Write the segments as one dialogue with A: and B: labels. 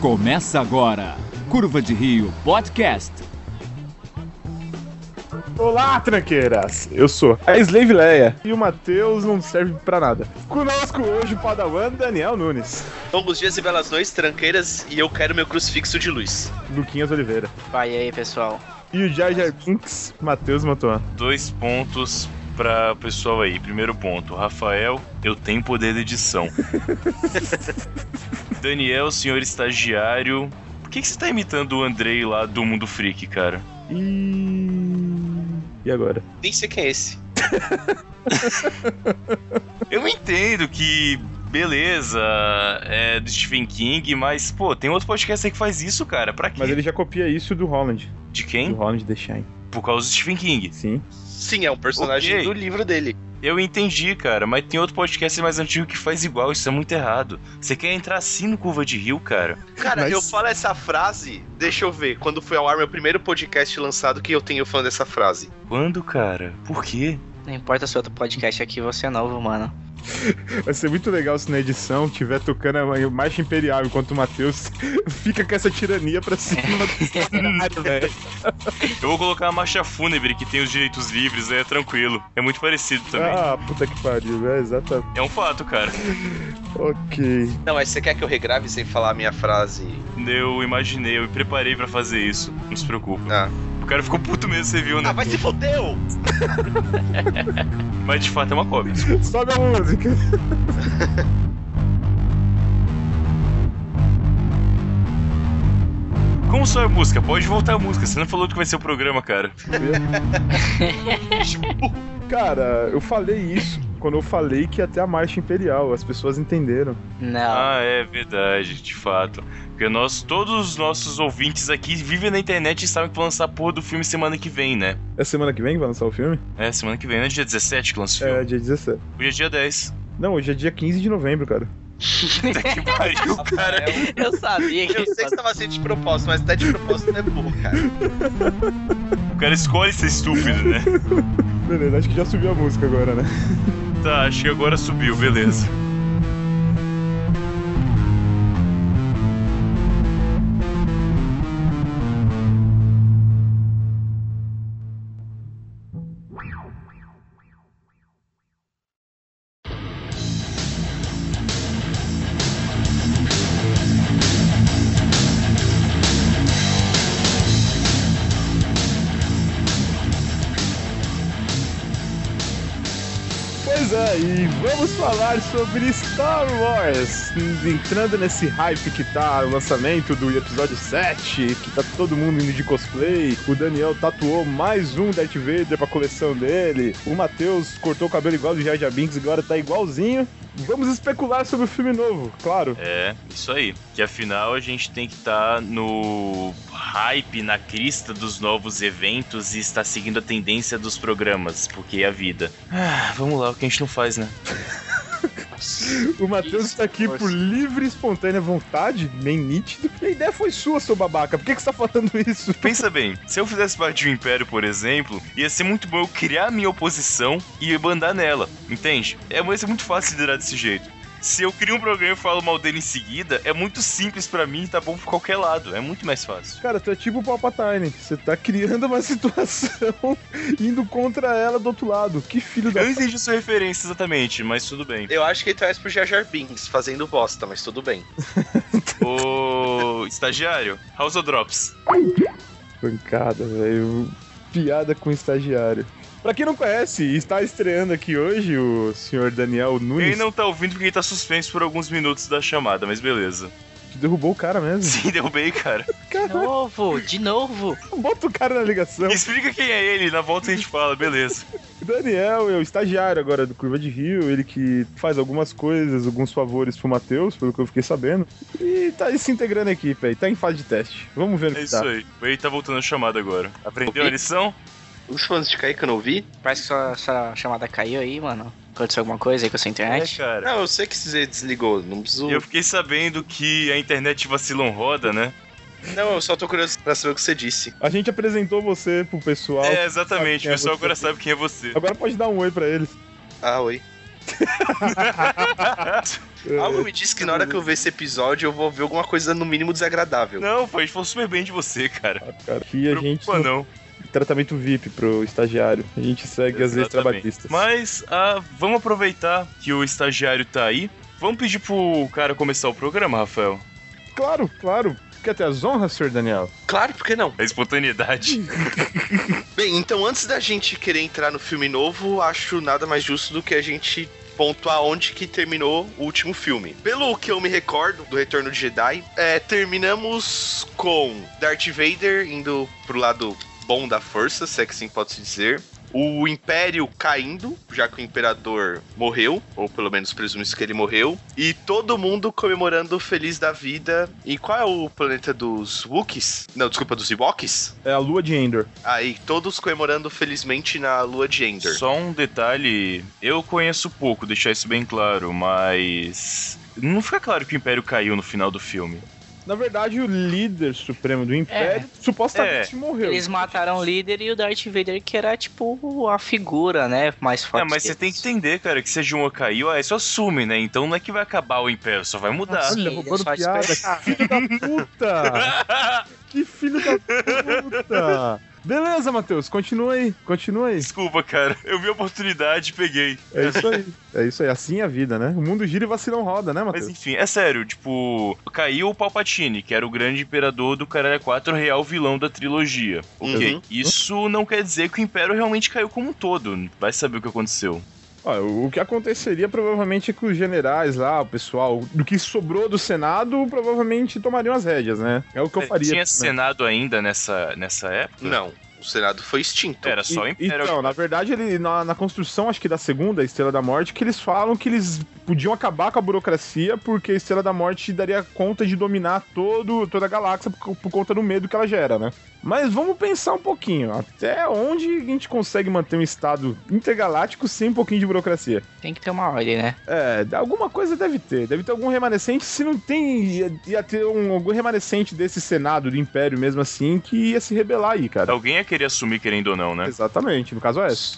A: Começa agora, Curva de Rio Podcast.
B: Olá, tranqueiras! Eu sou
C: A Slave Leia.
B: e o Matheus não serve pra nada. Conosco hoje o Padawan Daniel Nunes,
D: Longos dias e belas noites, tranqueiras, e eu quero meu crucifixo de luz.
B: Luquinhas Oliveira
E: Vai aí, pessoal.
B: e o Jar Jar Binks, Matheus Matoan.
F: Dois pontos pra pessoal aí. Primeiro ponto, Rafael, eu tenho poder de edição. Daniel, senhor estagiário, por que, que você tá imitando o Andrei lá do Mundo Freak, cara?
B: E... e agora?
D: Nem sei quem é esse.
F: Eu entendo que, beleza, é do Stephen King, mas, pô, tem outro podcast aí que faz isso, cara. Pra quê?
B: Mas ele já copia isso do Holland,
F: De
B: do
F: quem?
B: Holland The Shine.
F: Por causa do Stephen King.
B: Sim.
D: Sim, é um personagem
F: Ok.
D: do livro dele.
F: Eu entendi, cara, mas tem outro podcast mais antigo que faz igual, isso é muito errado. Você quer entrar assim no Curva de Rio, cara?
D: Cara,
B: Mas-
D: eu falo essa frase, deixa eu ver, quando foi ao ar meu primeiro podcast lançado que eu tenho fã dessa frase.
F: Quando, cara? Por quê?
E: Não importa se outro podcast aqui, você é novo, mano.
B: Vai ser muito legal se na edição tiver tocando a marcha imperial enquanto o Matheus fica com essa tirania pra cima do cenário, velho.
F: Eu vou colocar a marcha fúnebre que tem os direitos livres, é tranquilo. É muito parecido também.
B: Ah, puta que pariu, é exatamente.
F: É um fato, cara.
B: Ok.
D: Não, mas você quer que eu regrave sem falar a minha frase?
F: Eu imaginei, eu me preparei pra fazer isso. Não se preocupa.
D: Ah.
F: O cara ficou puto mesmo, você viu, né?
D: Ah, vai se fodeu!
F: Mas de fato é uma cópia.
B: Sobe a música.
F: Como só é música? Pode voltar a música. Você não falou do que vai ser o programa, cara.
B: Tipo, Cara, eu falei isso quando eu falei que ia ter a marcha imperial, as pessoas entenderam.
E: Não.
F: Ah, é verdade, de fato. Porque nós, todos os nossos ouvintes aqui vivem na internet e sabem que vão lançar a porra do filme semana que vem, né?
B: É semana que vem que vai lançar o filme?
F: É, semana que vem, não é dia 17 que lança o filme?
B: É, dia 17.
F: Hoje é dia 10.
B: Não, hoje é dia 15 de novembro, cara.
F: Tá que pariu, cara.
E: Eu sabia que
D: É, Eu sei que você tava sendo de propósito, mas até de propósito não é burro, cara.
F: O cara escolhe ser estúpido, né?
B: Beleza, acho que já subiu a música agora, né?
F: Tá, acho que agora subiu, beleza.
B: Pois é, e vamos falar sobre Star Wars. Entrando nesse hype que tá o lançamento do episódio 7, que tá todo mundo indo de cosplay. O Daniel tatuou mais um Darth Vader pra coleção dele. O Matheus cortou o cabelo igual do Jar Jar Binks, agora tá igualzinho. Vamos especular sobre o filme novo, claro.
F: É, isso aí. Que afinal a gente tem que estar no hype, na crista dos novos eventos e estar seguindo a tendência dos programas, porque é a vida. Ah, vamos lá, o que a gente não faz, né?
B: O Matheus está aqui por livre e espontânea vontade, bem nítido. E a ideia foi sua, seu babaca. Por que, que você tá falando isso?
F: Pensa bem, se eu fizesse parte de um império, por exemplo, ia ser muito bom eu criar a minha oposição e mandar nela, entende? É, ia ser muito fácil liderar desse jeito. Se eu crio um programa e falo mal dele em seguida, é muito simples pra mim e tá bom pra qualquer lado. É muito mais fácil.
B: Cara, tu é tipo o Palpatine. Você tá criando uma situação indo contra ela do outro lado. Que filho da.
F: Eu não entendi sua referência exatamente, mas tudo bem.
D: Eu acho que ele traz pro Jar Jar Binks fazendo bosta, mas tudo bem.
F: Ô, estagiário, House of Drops.
B: Pancada, velho. Piada com estagiário. Pra quem não conhece, está estreando aqui hoje o senhor Daniel
F: Ele
B: Nunes,
F: não tá ouvindo porque ele tá suspenso por alguns minutos da chamada, mas beleza.
B: que derrubou o cara mesmo.
F: Sim, derrubei, cara.
E: De
B: Caralho,
E: novo, de novo.
B: bota o cara na ligação.
F: Explica quem é ele, na volta a gente fala, beleza.
B: Daniel é o estagiário agora do Curva de Rio, ele que faz algumas coisas, alguns favores pro Matheus, pelo que eu fiquei sabendo. E tá aí se integrando à equipe aí, tá em fase de teste. Vamos ver no
F: É
B: que
F: isso
B: tá.
F: aí. Ele tá voltando a chamada agora. Aprendeu a lição?
D: Os fãs de cair que eu não ouvi?
E: Parece que sua, sua chamada caiu aí, mano. Aconteceu alguma coisa aí com a sua
F: É,
E: internet?
F: cara.
D: Não, eu sei que você desligou, não preciso.
F: Eu fiquei sabendo que a internet vacilão roda, né?
D: Não, eu só tô curioso pra saber o que você disse.
B: A gente apresentou você pro pessoal.
F: É, exatamente.
B: quem
F: O
B: é
F: pessoal
B: você.
F: agora sabe quem é você.
B: Agora pode dar um oi pra eles.
D: Ah, oi.
F: Ah,
D: Algo me diz que na hora que eu ver esse episódio eu vou ver alguma coisa no mínimo desagradável.
F: Não, pô, a gente falou super bem de você, cara.
B: Aqui é a
F: Não
B: gente
F: preocupa, não.
B: tem tratamento VIP pro estagiário. A gente segue as leis
F: Exatamente.
B: trabalhistas.
F: Mas ah, vamos aproveitar que o estagiário tá aí. Vamos pedir pro cara começar o programa, Rafael.
B: Claro, claro. Quer ter as honras, senhor Daniel?
D: Claro, por que não?
F: A espontaneidade.
D: Bem, então antes da gente querer entrar no filme novo, acho nada mais justo do que a gente pontuar onde que terminou o último filme. Pelo que eu me recordo do Retorno de Jedi, é, terminamos com Darth Vader indo pro lado bom da força, se é que assim pode se dizer. O Império caindo, já que o Imperador morreu, ou pelo menos presume-se que ele morreu. E todo mundo comemorando o feliz da vida. E qual é o planeta dos Wookiees? Não, desculpa, dos Ewoks?
B: É a lua de Endor.
D: Aí, todos comemorando felizmente na lua de Ender.
F: Só um detalhe, eu conheço pouco, deixar isso bem claro, mas não fica claro que o Império caiu no final do filme.
B: Na verdade, o líder supremo do Império
F: É.
B: supostamente morreu.
E: Eles mataram o líder e o Darth Vader, que era tipo a figura, né? Mais forte.
F: é, mas você
E: deles.
F: tem que entender, cara, que se a Junwa caiu, aí só assume, né? Então não é que vai acabar o Império, só vai mudar.
E: Sim,
B: Olha,
E: eles
B: roubando
E: fazem
B: piada.
E: pra-
B: Que filho da puta! que filho da puta! Beleza, Matheus, continua aí, continua aí.
F: Desculpa, cara. Eu vi a oportunidade e peguei.
B: É isso aí. É isso aí, assim é a vida, né? O mundo gira e vacilão roda, né,
F: Mas
B: Matheus?
F: enfim, é sério, tipo, caiu o Palpatine, que era o grande imperador do Caralho 4, real vilão da trilogia. Ok.
D: Uhum.
F: Isso não quer dizer que o Império realmente caiu como um todo. Vai saber o que aconteceu.
B: Ó, o que aconteceria provavelmente é que os generais lá, o pessoal, do que sobrou do Senado, provavelmente tomariam as rédeas, né? É o que eu faria.
F: Tinha
B: né?
F: Senado ainda nessa, nessa época?
D: Não, o Senado foi extinto.
F: Era só o
B: E-
F: Império.
B: Então, na verdade, ele, na, na construção, acho que da segunda Estrela da Morte, que eles falam que eles podiam acabar com a burocracia porque a Estrela da Morte daria conta de dominar todo, toda a galáxia por, por conta do medo que ela gera, né? Mas vamos pensar um pouquinho, até onde a gente consegue manter um estado intergaláctico sem um pouquinho de burocracia?
E: Tem que ter uma ordem, né?
B: É, alguma coisa deve ter. Deve ter algum remanescente. Se não tem, ia, ia ter um, algum remanescente desse Senado do Império mesmo assim que ia se rebelar aí, cara.
F: Alguém ia querer assumir, querendo ou não, Então, né?
B: Exatamente, no caso é esse.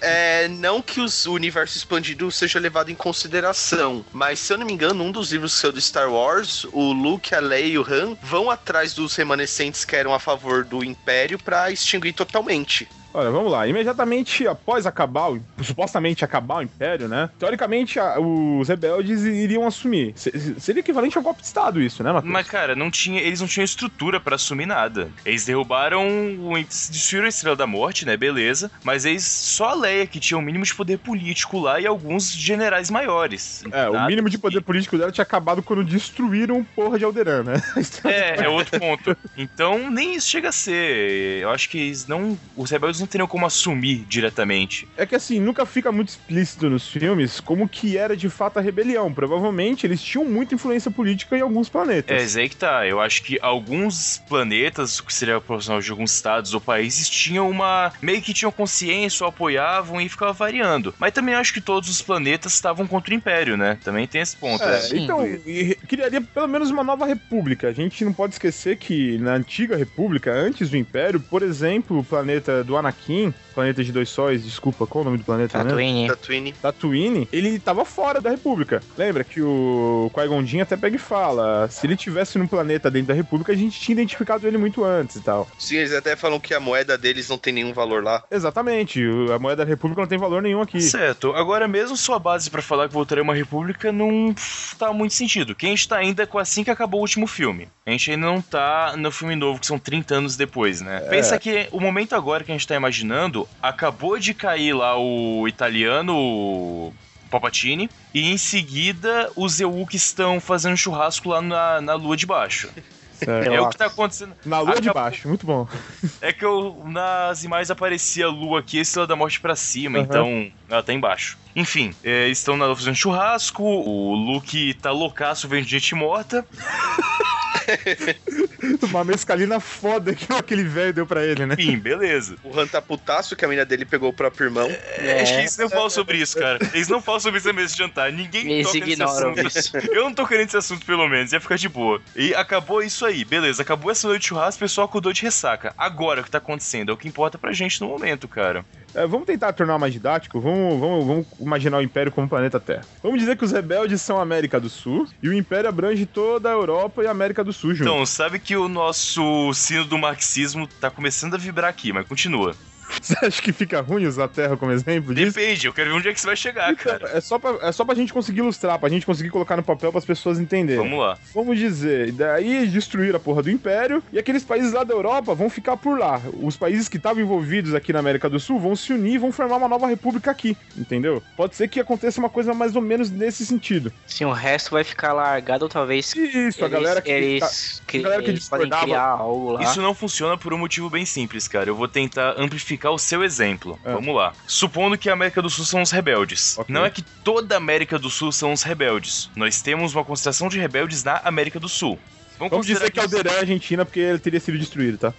D: É, não que os- o universo expandido seja levado em consideração, mas se eu não me engano, um dos livros que saiu do Star Wars, o Luke, a Leia e o Han vão atrás dos remanescentes que eram a favor do Império pra extinguir totalmente.
B: Olha, vamos lá. Imediatamente após acabar, o- supostamente acabar o Império, né? Teoricamente, a- os rebeldes iriam assumir. Se- Seria equivalente a um golpe de Estado isso, né, Matheus?
F: Mas, cara, não tinha, eles não tinham estrutura pra assumir nada. Eles derrubaram o. Destruíram a Estrela da Morte, né? Beleza. Mas eles. Só a Leia que tinha o mínimo de poder político lá e alguns generais maiores.
B: É, o
F: Nada assim.
B: mínimo de
F: que-
B: poder político dela tinha acabado quando destruíram o porra de Alderan, né?
F: É, é outro ponto. Então, nem isso chega a ser. Eu acho que eles não. Os rebeldes não teriam como assumir diretamente.
B: É que assim, nunca fica muito explícito nos filmes como que era de fato a rebelião. Provavelmente eles tinham muita influência política em alguns
F: É,
B: planetas.
F: mas aí que tá. Eu acho que alguns planetas, que seria profissional de alguns estados ou países, tinham uma. meio que tinham consciência ou apoiavam e ficava variando. Mas também acho que todos os planetas estavam contra o Império, né? Também tem esse ponto. né?
E: É, sim.
B: então, e re- criaria pelo menos uma nova república. A gente não pode esquecer que na antiga república, antes do Império, por exemplo, o planeta do Anakin, planeta de dois sóis, desculpa, qual é o nome do planeta mesmo?
E: Tatooine.
D: Tatooine.
B: Tatooine, ele tava fora da República. Lembra que o Qui-Gon Jinn até pega e fala, se ele tivesse num planeta dentro da República, a gente tinha identificado ele muito antes e tal.
D: Sim, eles até falam que a moeda deles não tem nenhum valor lá.
B: Exatamente, o- a moeda da República não tem valor nenhum aqui.
F: Tá Certo, agora mesmo sua base pra falar que voltaria uma república não tá muito sentido. Que a gente tá ainda com assim que acabou o último filme. A gente ainda não tá no filme novo, que são 30 anos depois, né?
E: É.
F: Pensa que o momento agora que a gente tá imaginando, acabou de cair lá o italiano, o Papatini, e em seguida os Ewoks estão fazendo churrasco lá na, na lua de baixo.
B: Certo.
E: Eu
F: É o que
E: acho.
F: tá acontecendo.
B: Na lua de
F: Acabou.
B: baixo, muito bom.
F: É que eu, nas imagens aparecia a lua aqui e a estrela da morte pra cima,
B: Aham.
F: então ela tá embaixo. Enfim, é, estão na lua fazendo churrasco, o Luke tá loucaço vendo gente morta.
B: Uma mescalina foda que aquele velho deu pra ele, né?
F: Enfim, beleza.
D: O Han tá putaço que a mina dele pegou o próprio irmão.
E: É,
F: Acho que eles não falam sobre isso, cara. Eles não falam sobre isso na mesa de jantar. Ninguém
E: eles
F: toca nesse
E: ignoram
F: assunto.
B: Tá
E: isso.
F: Eu não tô querendo esse assunto, pelo menos. Ia ficar de boa. E acabou isso aí. Beleza, acabou essa noite de churrasco, o pessoal acordou de ressaca. Agora, o que tá acontecendo? É o que importa pra gente no momento, cara.
B: É, vamos tentar tornar mais didático? Vamos, vamos, vamos imaginar o Império como o planeta Terra. Vamos dizer que os rebeldes são a América do Sul e o Império abrange toda a Europa e a América do Sul junto.
F: Então, sabe que o nosso sino do marxismo tá começando a vibrar aqui, mas continua.
B: Você acha que fica ruim usar a Terra como exemplo disso?
F: Depende, eu quero ver onde é que você vai chegar, cara.
B: É só, pra, é só pra gente conseguir ilustrar, pra gente conseguir colocar no papel pras pessoas entenderem.
F: Vamos lá.
B: Vamos dizer, daí destruir a porra do Império e aqueles países lá da Europa vão ficar por lá. Os países que estavam envolvidos aqui na América do Sul vão se unir e vão formar uma nova república aqui, entendeu? Pode ser que aconteça uma coisa mais ou menos nesse sentido.
E: Sim, o resto vai ficar largado, talvez.
B: Isso, a galera que. tá-
E: eles,
B: a galera que
E: eles podem
B: discordava-
E: criar algo lá.
F: Isso não funciona por um motivo bem simples, cara. Eu vou tentar amplificar o seu exemplo.
B: Ah.
F: Vamos lá. Supondo que a América do Sul são os rebeldes.
B: Ok.
F: Não é que toda a América do Sul são os rebeldes. Nós temos uma concentração de rebeldes na América do Sul.
B: Vamos dizer que
F: considerar
B: Alderaan é Argentina porque ele teria sido destruído, tá?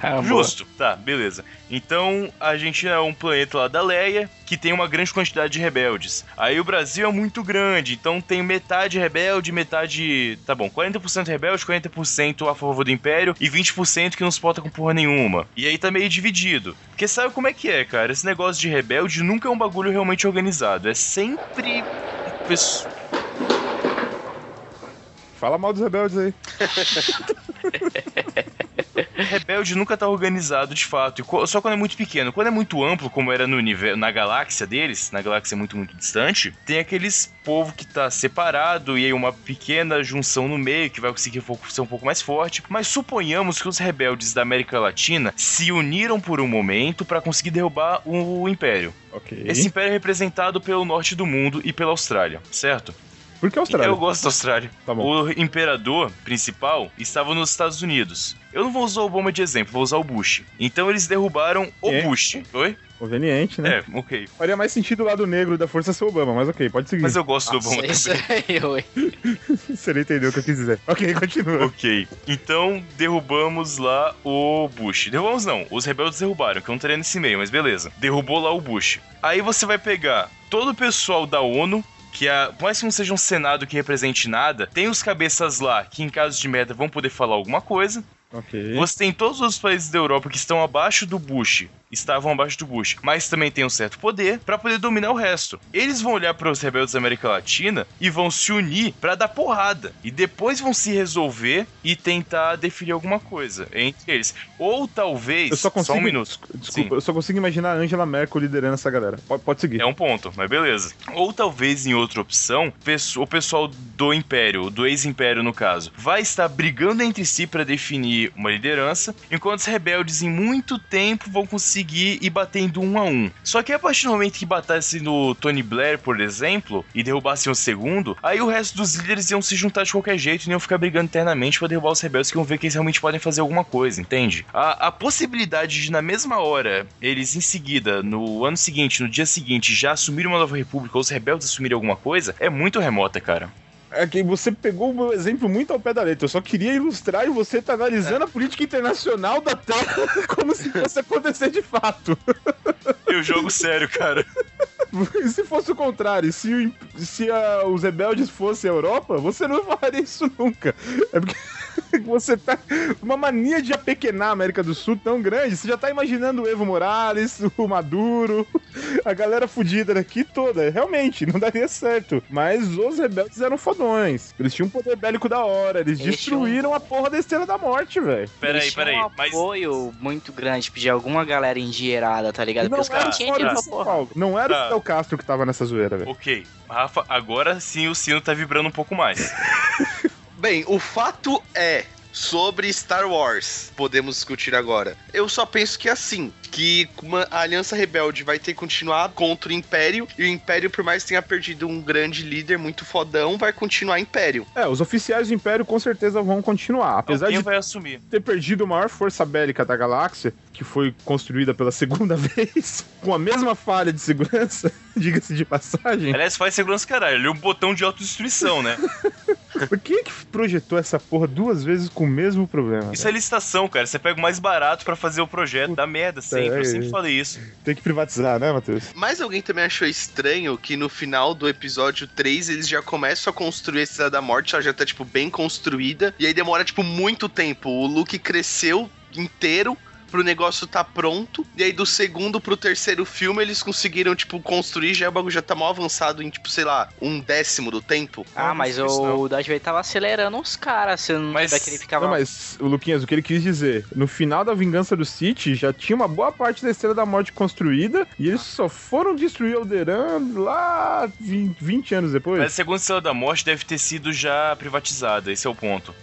E: Ah, boa.
F: Justo, tá, beleza. Então, a Argentina é um planeta lá da Leia que tem uma grande quantidade de rebeldes. Aí o Brasil é muito grande, então tem metade rebelde, metade. Tá bom, 40% rebelde, 40% a favor do Império e 20% que não se porta com porra nenhuma. E aí tá meio dividido. Porque sabe como é que é, cara? Esse negócio de rebelde nunca é um bagulho realmente organizado. É sempre. pes-
B: Fala mal dos rebeldes aí.
F: Rebelde nunca tá organizado de fato, e co- só quando é muito pequeno. Quando é muito amplo, como era no universo, na galáxia deles, na galáxia muito, muito distante, tem aqueles povo que tá separado e aí uma pequena junção no meio que vai conseguir fo- ser um pouco mais forte. Mas suponhamos que os rebeldes da América Latina se uniram por um momento pra conseguir derrubar o Império.
B: Ok.
F: Esse Império é representado pelo norte do mundo e pela Austrália, certo?
B: Por que a Austrália?
F: Eu gosto da Austrália.
B: Tá bom.
F: O imperador principal estava nos Estados Unidos. Eu não vou usar o Obama de exemplo, vou usar o Bush. Então eles derrubaram o
B: É.
F: Bush. Oi?
B: Conveniente, né?
F: É, ok.
B: Faria mais sentido o lado negro da força ser o Obama, mas ok, pode seguir.
F: Mas eu gosto do Obama
E: Nossa,
B: é-
E: isso
F: também.
E: aí, é ui.
B: Você não entendeu o que eu quis dizer. Ok, continua.
F: Ok. Então derrubamos lá o Bush. Derrubamos não, os rebeldes derrubaram, que eu não teria nesse meio, mas beleza. Derrubou lá o Bush. Aí você vai pegar todo o pessoal da ONU. Que a, por mais que não seja um Senado que represente nada, tem os cabeças lá que, em caso de merda, vão poder falar alguma coisa.
B: Ok.
F: Você tem todos os países da Europa que estão abaixo do Bush, estavam abaixo do Bush, mas também tem um certo poder pra poder dominar o resto. Eles vão olhar para os rebeldes da América Latina e vão se unir pra dar porrada e depois vão se resolver e tentar definir alguma coisa entre eles. Ou talvez
B: Eu só consigo-
F: um minuto.
B: Desculpa, eu só consigo imaginar a Angela Merkel liderando essa galera. Pode, pode seguir.
F: É um ponto, mas beleza. Ou talvez em outra opção, pesso- o pessoal do Império, do ex-Império no caso, vai estar brigando entre si pra definir uma liderança, enquanto os rebeldes em muito tempo vão conseguir ir batendo um a um. Só que a partir do momento que batasse no Tony Blair, por exemplo, e derrubassem o segundo, aí o resto dos líderes iam se juntar de qualquer jeito e iam ficar brigando eternamente pra derrubar os rebeldes que iam ver que eles realmente podem fazer alguma coisa, entende? A, a possibilidade de, na mesma hora, eles em seguida, no ano seguinte, no dia seguinte, já assumirem uma nova república ou os rebeldes assumirem alguma coisa, é muito remota, cara.
B: É que você pegou o meu exemplo muito ao pé da letra. Eu só queria ilustrar e você tá analisando a política internacional da Terra como se fosse acontecer de fato.
F: Eu jogo sério, cara.
B: E se fosse o contrário, se, o imp- se a- os rebeldes fossem a Europa, você não falaria isso nunca. É porque você tá. Uma mania de apequenar a América do Sul tão grande, você já tá imaginando o Evo Morales, o Maduro, a galera fudida daqui toda. Realmente, não daria certo. Mas os rebeldes eram fodões. Eles tinham um poder bélico da hora, eles,
E: Eles tinham-
B: destruíram a porra da Estrela da Morte, velho.
F: Peraí,
E: Eles tinham
F: peraí.
E: um
F: Mas
E: apoio muito grande de alguma galera endinheirada, tá ligado?
B: Não
E: Porque os
B: era
E: caras
B: o
E: tinham
B: Fórum
E: dinheiro
B: de
E: pra
B: São
E: porra.
B: Paulo. Ah. Não era o
F: Tá.
B: Fidel Castro que tava nessa zoeira, velho.
F: Ok, Rafa, agora sim o sino tá vibrando um pouco mais.
D: Bem, o fato é sobre Star Wars. Podemos discutir agora. Eu só penso que é assim, que uma- a Aliança Rebelde vai ter que continuar contra o Império e o Império, por mais que tenha perdido um grande líder muito fodão, vai continuar Império.
B: É, os oficiais do Império com certeza vão continuar. Apesar
F: Alguém
B: de
F: vai assumir.
B: ter perdido a maior força bélica da galáxia, que foi construída pela segunda vez, com a mesma falha de segurança, diga-se de passagem.
F: Aliás, faz segurança, caralho. Ele é um botão de autodestruição, né?
B: Por que que projetou essa porra duas vezes com o mesmo problema?
F: Isso é licitação, cara. Você pega o mais barato pra fazer o projeto. Dá merda sempre.
B: é,
F: Eu sempre
B: é.
F: falei isso.
B: Tem que privatizar, né, Matheus?
D: Mas alguém também achou estranho que no final do episódio 3 eles já começam a construir a Estrela da Morte, ela já tá, tipo, bem construída, e aí demora, tipo, muito tempo. O Luke cresceu inteiro. pro negócio tá pronto. E aí do segundo pro terceiro filme eles conseguiram, tipo, construir. Já o bagulho já tá mal avançado em, tipo, sei lá, um décimo do tempo.
B: é
E: Ah, mas
F: não sei se não.
E: o Darth Vader tava acelerando os caras, se não
F: Mas-
E: tiver que ele ficava...
B: Não, mas, o Luquinhas, o que ele quis dizer? No final da Vingança do City, já tinha uma boa parte da Estrela da Morte construída e eles só foram destruir Alderan lá 20, 20 anos depois.
F: Mas a segunda Estrela da Morte deve ter sido já privatizada, esse é o ponto.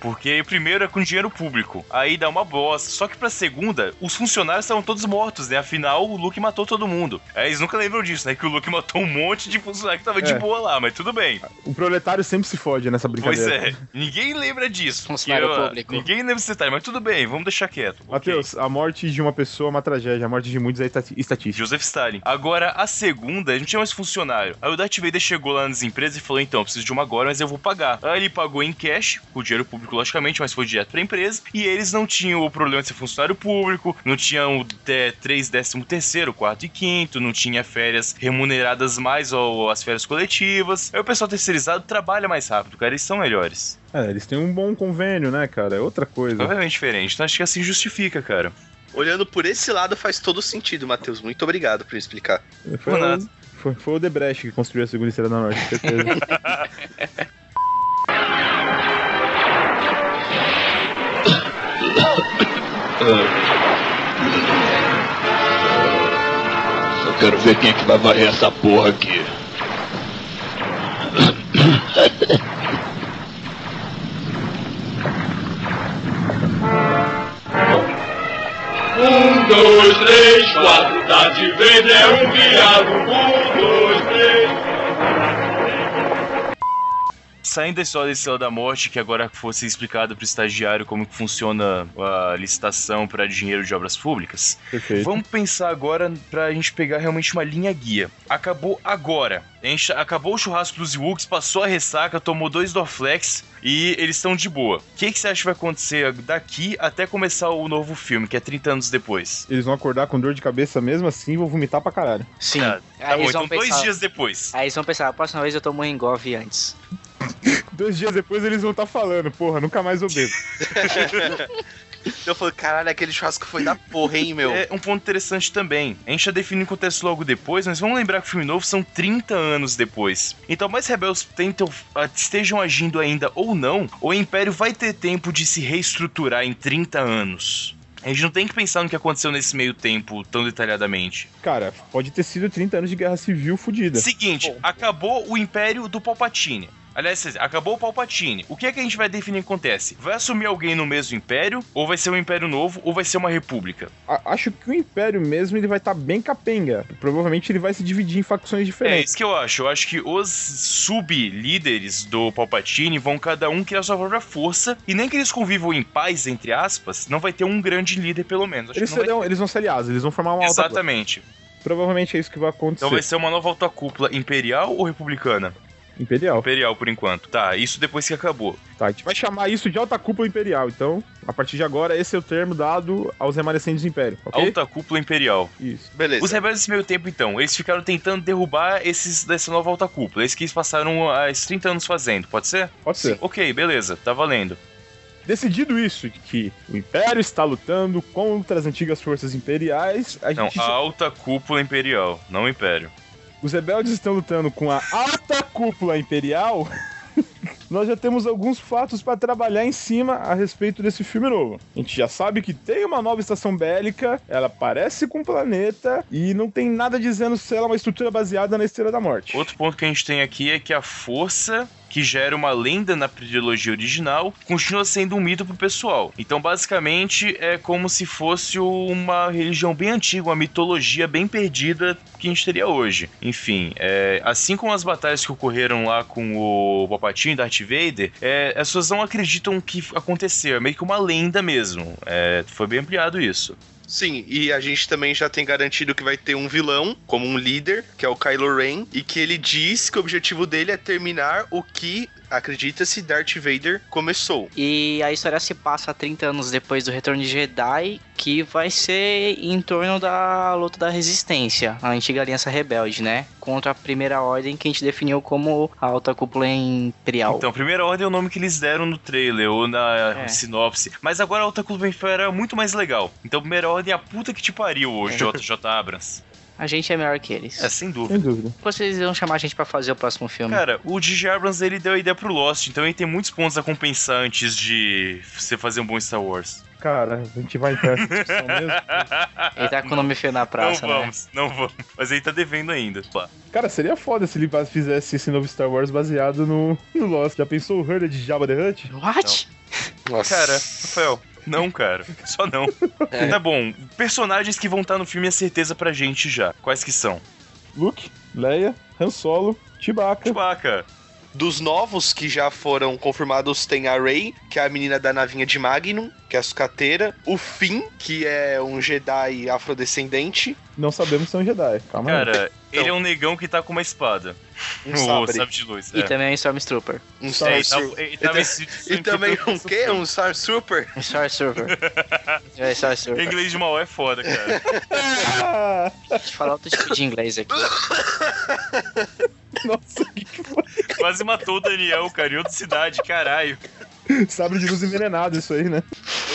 F: Porque o primeiro é com dinheiro público, aí dá uma bosta. Só que pra segunda, os funcionários estavam todos mortos, né? Afinal, o Luke matou todo mundo. Aí eles nunca lembram disso, né? Que o Luke matou um monte de funcionário que tava de
B: É.
F: boa lá, mas tudo bem.
B: O proletário sempre se fode nessa
F: Pois
B: brincadeira.
F: é, ninguém lembra disso.
E: Funcionário
F: porque, ó,
E: público.
F: Ninguém lembra desse detalhe, mas tudo bem, vamos deixar quieto. ok?
B: Matheus, a morte de uma pessoa é uma tragédia, a morte de muitos é estati- estatística.
F: Joseph Stalin. Agora, a segunda, não tinha mais funcionário. Aí o Darth Vader chegou lá nas empresas e falou: então, eu preciso de uma agora, mas eu vou pagar. Aí ele pagou em cash, com dinheiro público, logicamente, mas foi direto pra empresa. E eles não tinham o problema de ser funcionário público, não tinham é, 3, 13 terceiro, quarto e quinto, não tinha férias remuneradas mais ou as férias coletivas. Aí o pessoal terceirizado trabalha mais rápido, cara, eles são melhores.
B: É, eles têm um bom convênio, né, cara? É outra coisa.
F: Completamente diferente. Então acho que assim justifica, cara.
D: Olhando por esse lado faz todo sentido, Matheus. Muito obrigado por explicar.
B: Foi,
F: é Por nada.
B: foi, foi o Debrecht que construiu a segunda Estrela da Morte, certeza.
C: Eu quero ver quem é que vai varrer essa porra aqui. Um, dois, três, quatro, tá de vez, é um viado. Um, dois, três.
F: Saindo da história da Estrela da Morte, que agora fosse explicado pro estagiário como que funciona a licitação para dinheiro de obras públicas,
B: Perfeito.
F: vamos pensar agora pra gente pegar realmente uma linha guia. Acabou agora. A gente- acabou o churrasco dos Ewoks, passou a ressaca, tomou dois Dorflex e eles estão de boa. O que, que você acha que vai acontecer daqui até começar o novo filme, que é 30 anos depois?
B: Eles vão acordar com dor de cabeça mesmo assim e vão vomitar pra caralho.
E: Sim.
F: Tá,
E: aí
F: Tá bom,
E: eles
F: então
E: vão pensar...
F: dois dias depois.
E: Aí eles vão pensar, a próxima vez eu tomo Engov antes.
B: Dois dias depois eles vão estar falando, porra, nunca mais obeso.
D: Eu falei, caralho, aquele churrasco foi da porra, hein, meu?
F: É um ponto interessante também. A gente já definiu o contexto logo depois, mas vamos lembrar que o filme novo são 30 anos depois. Então, mais rebeldes tentam, ah, estejam agindo ainda ou não, o Império vai ter tempo de se reestruturar em 30 anos. A gente não tem que pensar no que aconteceu nesse meio tempo tão detalhadamente.
B: Cara, pode ter sido 30 anos de guerra civil fodida.
F: Seguinte, acabou o Império do Palpatine. Aliás, quer dizer, acabou o Palpatine. O que é que a gente vai definir que acontece? Vai assumir alguém no mesmo Império? Ou vai ser um Império novo? Ou vai ser uma República?
B: A- acho que o Império mesmo ele vai estar bem capenga. Provavelmente ele vai se dividir em facções
F: É
B: diferentes.
F: isso que eu acho. Eu acho que os sub-líderes do Palpatine vão cada um criar sua própria força. E nem que eles convivam em paz, entre aspas, não vai ter um grande líder, pelo menos. Acho
B: eles,
F: que não vai
B: serão- eles vão ser aliados, eles vão formar uma alta.
F: Exatamente.
B: Provavelmente é isso que vai acontecer.
F: Então vai ser uma nova alta cúpula imperial ou republicana?
B: Imperial.
F: Imperial, por enquanto. Tá, isso depois que acabou.
B: Tá, a gente vai chamar isso de alta cúpula imperial. Então, a partir de agora, esse é o termo dado aos remanescentes do Império, ok?
F: Alta cúpula imperial.
B: Isso.
D: Beleza.
F: Os rebeldes nesse meio tempo, então, eles ficaram tentando derrubar esses dessa nova alta cúpula. Eles que eles passaram ah, esses 30 anos fazendo, pode ser?
B: Pode ser.
F: Ok, beleza, tá valendo.
B: Decidido isso, de que o Império está lutando contra as antigas forças imperiais, a
F: Não,
B: gente
F: Então, a alta cúpula imperial, não o império.
B: os rebeldes estão lutando com a alta cúpula imperial, nós já temos alguns fatos para trabalhar em cima a respeito desse filme novo. A gente já sabe que tem uma nova estação bélica, ela parece com o planeta e não tem nada dizendo se ela é uma estrutura baseada na Estrela da Morte.
F: Outro ponto que a gente tem aqui é que a força que gera uma lenda na trilogia original continua sendo um mito pro pessoal. Então, basicamente, é como se fosse uma religião bem antiga, uma mitologia bem perdida que a gente teria hoje. Enfim, é, assim como as batalhas que ocorreram lá com o Palpatine, Darth Vader, é, as pessoas não acreditam que aconteceu, é meio que uma lenda mesmo. É, foi bem ampliado isso.
D: Sim, e a gente também já tem garantido que vai ter um vilão, como um líder, que é o Kylo Ren, e que ele diz que o objetivo dele é terminar o que acredita-se, Darth Vader começou.
E: E a história se passa 30 anos depois do Retorno de Jedi, que vai ser em torno da luta da Resistência, a antiga Aliança Rebelde, né? Contra a Primeira Ordem, que a gente definiu como a Alta Cúpula Imperial.
F: Então, primeira ordem é o nome que eles deram no trailer ou na
E: É.
F: sinopse. Mas agora a Alta Clube Imperial é muito mais legal. Então, primeira ordem é a puta que te pariu, o JJ Abrams.
E: a gente é melhor que eles.
F: É, sem
B: Sem
F: dúvida.
B: dúvida.
E: Vocês vão chamar a gente pra fazer o próximo filme.
F: É. Cara, o DJ Abrams ele deu a ideia pro Lost, então ele tem muitos pontos a compensar antes de você fazer um bom Star Wars.
B: Cara, a gente vai entrar nessa discussão mesmo.
E: Ele tá com o nome feio na praça,
F: não
E: né?
F: vamos, não vamos. Mas ele tá devendo ainda. Pá.
B: Cara, seria foda se ele fizesse esse novo Star Wars baseado no, no Lost. Já pensou o Herder de Jabba the Hutt?
E: What?
D: Nossa.
F: Cara, Rafael. Não, cara. Só não.
G: É.
F: Tá bom. Personagens que vão estar no filme é certeza pra gente já. Quais que são?
B: Luke, Leia, Han Solo,
F: Tipo,
B: Chewbacca.
F: Chewbacca.
D: Dos novos que já foram confirmados, tem a Rey, que é a menina da navinha de Magnum, que é a sucateira. O Finn, que é um Jedi afrodescendente.
B: Não sabemos se é um Jedi. Calma aí.
F: Cara, ele é um negão que tá com uma espada.
D: Então. Um
F: o
D: sabre.
F: sabre de luz.
E: E também é um Stormtrooper.
D: Um
F: É, e, tá,
D: Sarsu-
F: e, tá vestido de
D: E também um
F: Stormtrooper.
D: quê? Um Star Super?
E: Um Stormtrooper. é, Stormtrooper.
F: Inglês de Mauá é foda, cara.
B: Ah,
E: Deixa eu falar outro tipo de inglês aqui.
B: nossa, o que, que foi?
F: Quase matou o Daniel, cara, em outra cidade, caralho.
B: Sabre de luz envenenado isso aí, né?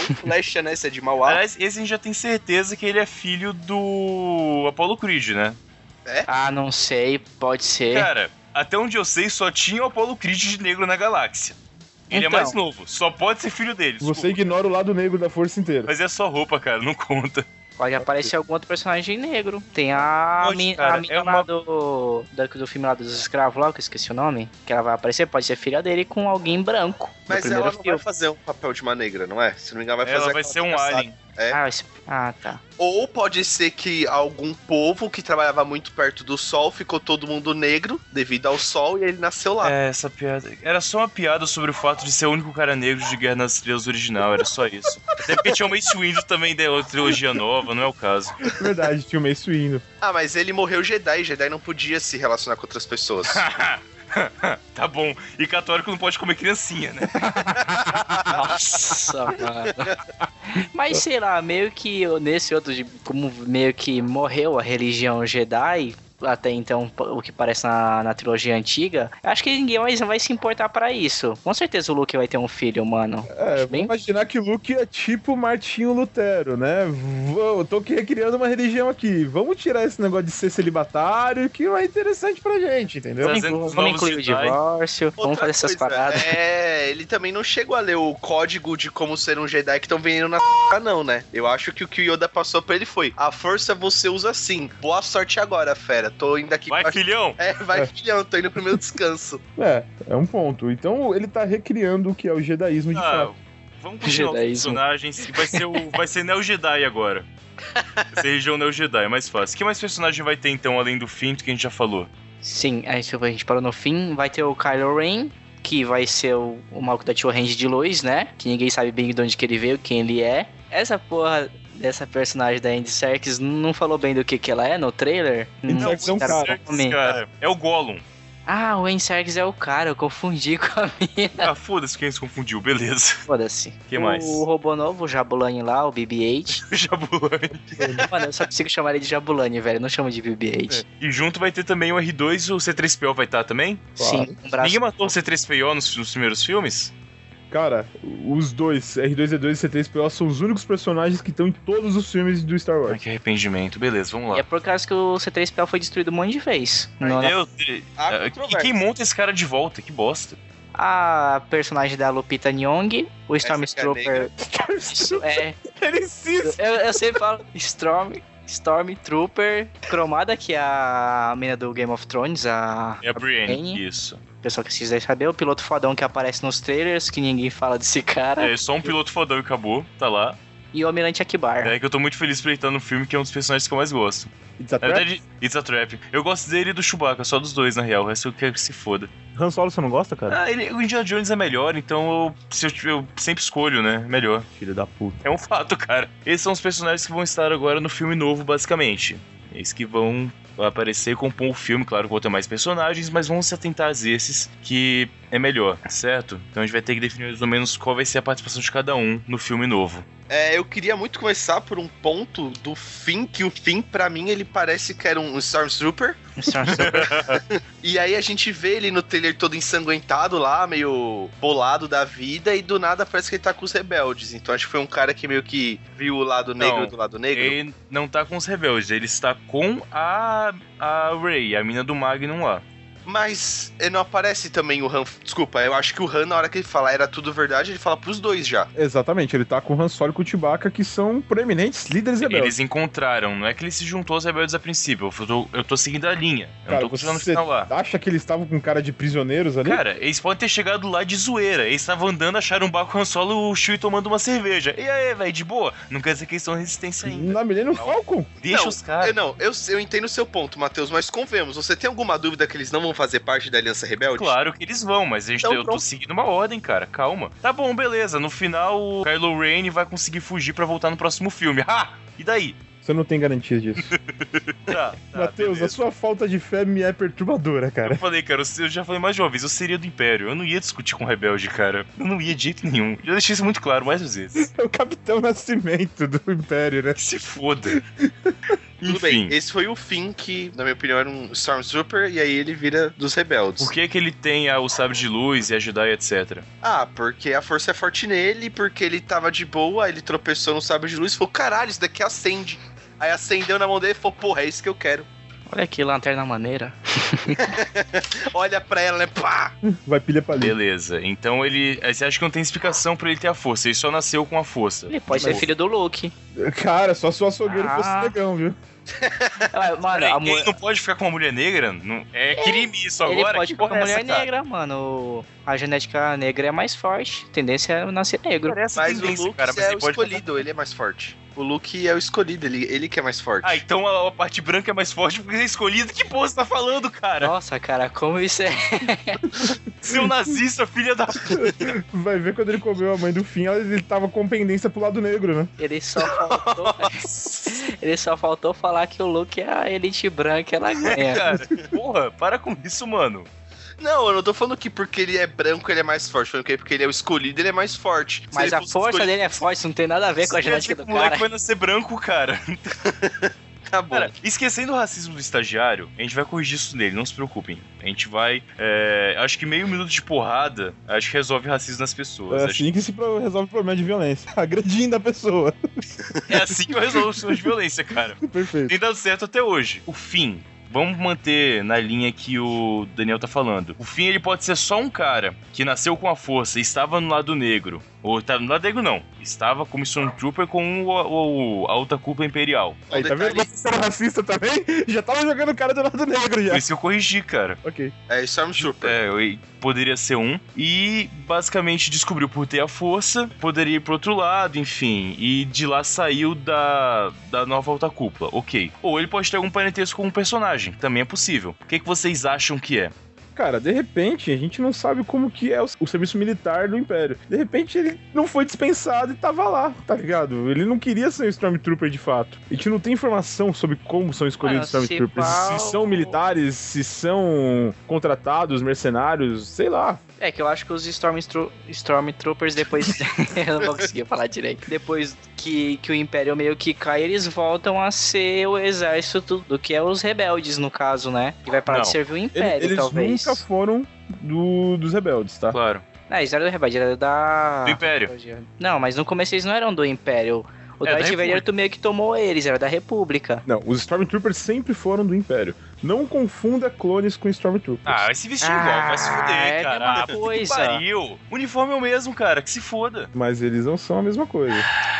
D: Ou flecha, né? Essa é de Mauá.
F: Aliás, esse a gente já tem certeza que ele é filho do Apollo Creed, né?
E: Ah, não sei, pode
D: É.
E: ser.
F: Cara, até onde eu sei, só tinha o Apollo Creed de negro na galáxia. Ele é
E: Então.
F: mais novo, só pode ser filho dele.
B: Você
F: desculpa.
B: ignora o lado negro da força inteira.
F: Mas é só roupa, cara, não conta.
E: Pode aparecer algum outro personagem negro. Tem a,
F: Pode,
E: mi-
F: cara,
E: a mina
F: é uma-
E: lá do, da- do filme lá dos escravos lá, que eu esqueci o nome. Que ela vai aparecer, pode ser filha dele com alguém branco. no
D: Mas
E: primeiro
D: ela não vai
E: filme.
D: fazer um papel de uma negra, não é? Se não me engano, vai fazer
F: Ela vai
D: aquela
F: ser um
D: engraçada.
F: alien.
E: Ah, esse- ah, tá.
D: Ou pode ser que algum povo que trabalhava muito perto do sol ficou todo mundo negro devido ao sol e ele nasceu lá.
F: É, essa piada. Era só uma piada sobre o fato de ser o único cara negro de Guerra nas Estrelas original, era só isso. Até porque tinha o Mace Windu também da outra trilogia nova, não é o caso.
B: Verdade, tinha o Mace Windu.
D: Ah, mas ele morreu Jedi, Jedi não podia se relacionar com outras pessoas.
F: tá bom. E católico não pode comer criancinha, né?
E: Nossa, mano. Mas sei lá, meio que eu- nesse outro, de- como meio que morreu a religião Jedi. Até então, p- o que parece na, na trilogia antiga, acho que ninguém mais vai se importar pra isso. Com certeza o Luke vai ter um filho, mano.
B: É,
E: Bem-
B: vamos imaginar que o Luke é tipo Martinho Lutero, né? Vou, tô aqui criando uma religião aqui. Vamos tirar esse negócio de ser celibatário, que não é interessante pra gente, entendeu?
E: Vamos,
F: Trazendo os
E: vamos
F: novos
E: incluir o
F: Jedi.
E: divórcio, vamos
D: Outra
E: fazer essas
D: coisa,
E: paradas.
D: É, ele também não chegou a ler o código de como ser um Jedi que estão vendendo na não, né? Eu acho que o que o Yoda passou pra ele foi: a força você usa sim. Boa sorte agora, fera. Tô indo aqui
F: Vai,
D: pra-
F: filhão!
D: É, vai,
B: É.
D: filhão, tô indo pro meu descanso.
B: É, é um ponto. Então ele tá recriando o que é o jedaísmo de
F: Ah,
B: fato.
F: vamos continuar os
E: Jedaísmo.
F: personagens. Vai ser, o, vai ser Neo Jedi agora. Vai ser região Neo Jedi, é mais fácil. Que mais personagem vai ter então, além do Finto que a gente já falou?
E: Sim, a gente, a gente parou no fim. Vai ter o Kylo Ren, que vai ser o, o maluco da Tio Range de luz, né? Que ninguém sabe bem de onde que ele veio, quem ele é. Essa porra dessa personagem da Andy Serkis não falou bem do que que ela é no trailer?
B: Andy
E: Não,
B: Serkis é um
E: cara,
B: cara.
E: qual nome?
F: Cara, é o Gollum.
E: Ah, o Andy Serkis é o cara, eu confundi com a minha.
F: Ah, foda-se quem se confundiu, beleza.
E: Foda-se.
F: Que mais?
E: O robô novo, o Jabulani lá, o BB-8.
F: Jabulani.
E: Mano, eu só consigo chamar ele de Jabulani, velho, não chamo de BB-8.
F: É. E junto vai ter também o R2 e o C3PO vai estar também?
E: Sim, um braço
F: Ninguém matou o C3PO nos, nos primeiros filmes?
B: Cara, os dois, R2-D2 e C3PO, são os únicos personagens que estão em todos os filmes do Star
F: Ai,
B: Wars.
F: que arrependimento. Beleza, vamos
E: E é
F: lá.
E: por causa que o C3PO foi destruído um monte de vez. Não, Tá
F: Meu Deus.
D: Há
F: Ah, E
D: controvérsia.
F: quem monta esse cara de volta? Que bosta.
E: A personagem da Lupita Nyong, o
F: é
E: Stormtrooper. Isso é.
B: Ele insiste!
E: Eu, eu sempre falo Storm, Stormtrooper cromada, que é a mina do Game of Thrones, a.
F: É a Brienne,
E: Brienne.
F: isso.
E: O pessoal que quiser saber, o piloto fodão que aparece nos trailers, que ninguém fala desse cara.
F: É só um piloto fodão e acabou, tá lá.
E: E o Almirante Akbar.
F: É que eu tô muito feliz por ele estar no filme, que é um dos personagens que eu mais gosto.
B: It's a
F: Na
B: trap.
F: É verdade, It's a Trap. Eu gosto dele e do Chewbacca, só dos dois, na real. O resto eu quero que se foda.
B: Han Solo você não gosta, cara?
F: Ah, ele- o Indiana Jones é melhor, então eu, se eu, tiver- eu sempre escolho, né? Melhor.
B: Filho da puta.
F: É um fato, cara. Esses são os personagens que vão estar agora no filme novo, basicamente. Eles que vão aparecer e compor o filme, claro que vão ter mais personagens, mas vamos se atentar a esses que é melhor, certo? Então a gente vai ter que definir mais ou menos qual vai ser a participação de cada um no filme novo.
D: É, eu queria muito começar por um ponto do Finn, que o Finn, pra mim, ele parece que era um Stormtrooper. E aí a gente vê ele no trailer todo ensanguentado lá, meio bolado da vida, e do nada parece que ele tá com os rebeldes. Então acho que foi um cara que meio que viu o lado negro
F: Não,
D: do lado negro.
F: Ele não tá com os rebeldes, ele está com a, a Ray, a mina do Magnum lá.
D: Mas é, não aparece também o Han. Desculpa, eu acho que o Han, na hora que ele fala era tudo verdade, ele fala pros dois já.
B: Exatamente, ele tá com o Han Solo e com o Chewbacca, que são proeminentes líderes rebeldes.
F: Eles encontraram, não é que ele se juntou aos rebeldes a princípio, eu tô, eu tô seguindo a linha, eu
B: Cara,
F: não tô precisando
B: você
F: final lá.
B: acha que eles estavam com cara de prisioneiros ali?
F: Cara, eles podem ter chegado lá de zoeira. Eles estavam andando, acharam um bar com o Han solo o Chewie tomando uma cerveja. E aí, velho, de boa? Não quer dizer que eles são resistência ainda.
B: Na Millennium Falcon?
F: Deixa
D: Não,
F: os caras.
D: Eu não, eu, eu entendo o seu ponto, Matheus, mas convemos, você tem alguma dúvida que eles não vão fazer parte da Aliança Rebelde?
F: é, Claro que eles vão, mas a gente,
D: Então,
F: eu tô
D: pronto.
F: seguindo uma ordem, cara. Calma. Tá bom, beleza. No final, o Kylo Ren vai conseguir fugir pra voltar no próximo filme. Ha! E daí?
B: Você não tem garantia disso.
F: Tá, tá
B: Matheus, a
F: beleza.
B: sua falta de fé me é perturbadora,
F: Eu
B: cara.
F: falei, cara, eu se- eu já falei mais de uma vez, eu seria do Império. Eu não ia discutir com o Rebelde, cara. Eu não ia de jeito nenhum. Já deixei isso muito claro mais vezes.
B: É o Capitão Nascimento do Império, né?
F: Que se foda.
D: Tudo
F: Enfim.
D: bem, esse foi o fim que, na minha opinião, era um Stormtrooper, e aí ele vira dos rebeldes.
F: Por que, que ele tem a- o sabre de luz e a Jedi, etc?
D: Ah, porque a força é forte nele, porque ele tava de boa, ele tropeçou no sabre de luz e falou: caralho, isso daqui acende. Aí acendeu na mão dele e falou: porra, é isso que eu quero.
E: Olha que lanterna maneira.
D: Olha pra ela, né? Pá!
B: Vai pilha pra ali.
F: Beleza, então ele. aí Você acha que não tem explicação pra ele ter a força? Ele só nasceu com a força.
E: Ele pode
F: Mas-
E: ser filho do Luke.
B: Cara, só se o açougueiro
E: Ah.
B: fosse negão, viu?
E: Ah, Mano,
F: Peraí,
E: a
F: ele
E: mulher.
F: não pode ficar com uma mulher negra? Não, é crime isso
E: Ele
F: agora?
E: pode
F: Que
E: com a
F: porra é essa,
E: mulher
F: cara?
E: negra, mano. A genética negra é mais forte. Tendência é nascer negro.
F: Olha essa
D: Mas o
F: tendência,
D: Luke
F: cara, mas
D: é
F: ele
D: o
F: pode-
D: escolhido, ele é mais forte. O Luke é o escolhido, ele, ele que é mais forte.
F: Ah, então a, a parte branca é mais forte porque é escolhido. Que porra você tá falando, cara?
E: Nossa, cara, como isso é.
F: Seu nazista, filha da.
B: Vai ver quando ele comeu a mãe do fim, ele tava com pendência pro lado negro, né?
E: Ele só faltou. ele só faltou falar que o Luke é a elite branca, ela ganha.
F: Cara, porra, para com isso, mano.
D: Não, eu não tô falando que porque ele é branco ele é mais forte, falando que porque ele é o escolhido ele é mais forte. Se
E: Mas
D: ele
E: a
F: tipo,
D: fosse
E: força
D: escolhido-
E: dele é forte, não tem nada a ver com a
F: Quer dizer
E: genética
F: que O é
E: do
F: tipo moleque
E: cara.
F: vai nascer branco, cara.
D: Tá bom.
F: Cara, esquecendo o racismo do estagiário, a gente vai corrigir isso nele, não se preocupem. A gente vai. é, acho que meio minuto de porrada, acho que resolve racismo nas pessoas.
B: É
F: Acho
B: assim que se pro- resolve o problema de violência. Agredindo a pessoa.
F: É assim que eu resolvo as de violência, cara.
B: Perfeito.
F: Tem dado certo até hoje. O fim. Vamos manter na linha que o Daniel tá falando. O fim ele pode ser só um cara que nasceu com a força e estava no lado negro. Ou tá no lado negro, não. Estava como Stormtrooper com o, o- a alta culpa imperial.
D: Um
B: Aí, tá vendo?
D: detalhe,
B: Você era racista também? Já tava jogando o cara do lado negro já.
F: Por isso que eu corrigi, cara.
B: Ok.
D: É Stormtrooper.
F: É, eu- poderia ser um. E basicamente descobriu por ter a força, poderia ir pro outro lado, enfim. E de lá saiu da, da nova alta cúpula, ok. Ou ele pode ter algum parentesco com um personagem, também é possível. O que, que vocês acham que é?
B: Cara, de repente, a gente não sabe como que é o, o serviço militar do Império. De repente, ele não foi dispensado e tava lá, tá ligado? Ele não queria ser um Stormtrooper de fato. A gente não tem informação sobre como são escolhidos os
E: Cara, se
B: Stormtroopers.
E: pau-
B: Se são militares, se são contratados, mercenários, sei lá.
E: É que eu acho que os Stormtro- Stormtroopers depois. eu não vou conseguir falar direito. Depois que, que o Império meio que cai, eles voltam a ser o exército do, do que é os rebeldes, no caso, né? Que vai parar
F: Não.
E: de servir o
B: Ele-
E: Império,
B: eles
E: talvez.
B: nunca foram do- dos rebeldes, tá?
F: Claro.
E: Não, eles não eram do rebelde, era da.
F: Do Império.
E: Não, mas no começo eles não eram do Império. O
F: É, da
E: Darth Vader
F: República.
E: tu meio que tomou eles, era da República.
B: Não, os Stormtroopers sempre foram do Império. Não confunda clones com Stormtroopers.
F: Ah, vai se vestir igual, vai se fuder,
E: é,
F: cara.
E: tem uma
F: Ah, puta que
E: coisa.
F: Pariu. Uniforme é o mesmo, cara, que se foda.
B: Mas eles não são a mesma coisa.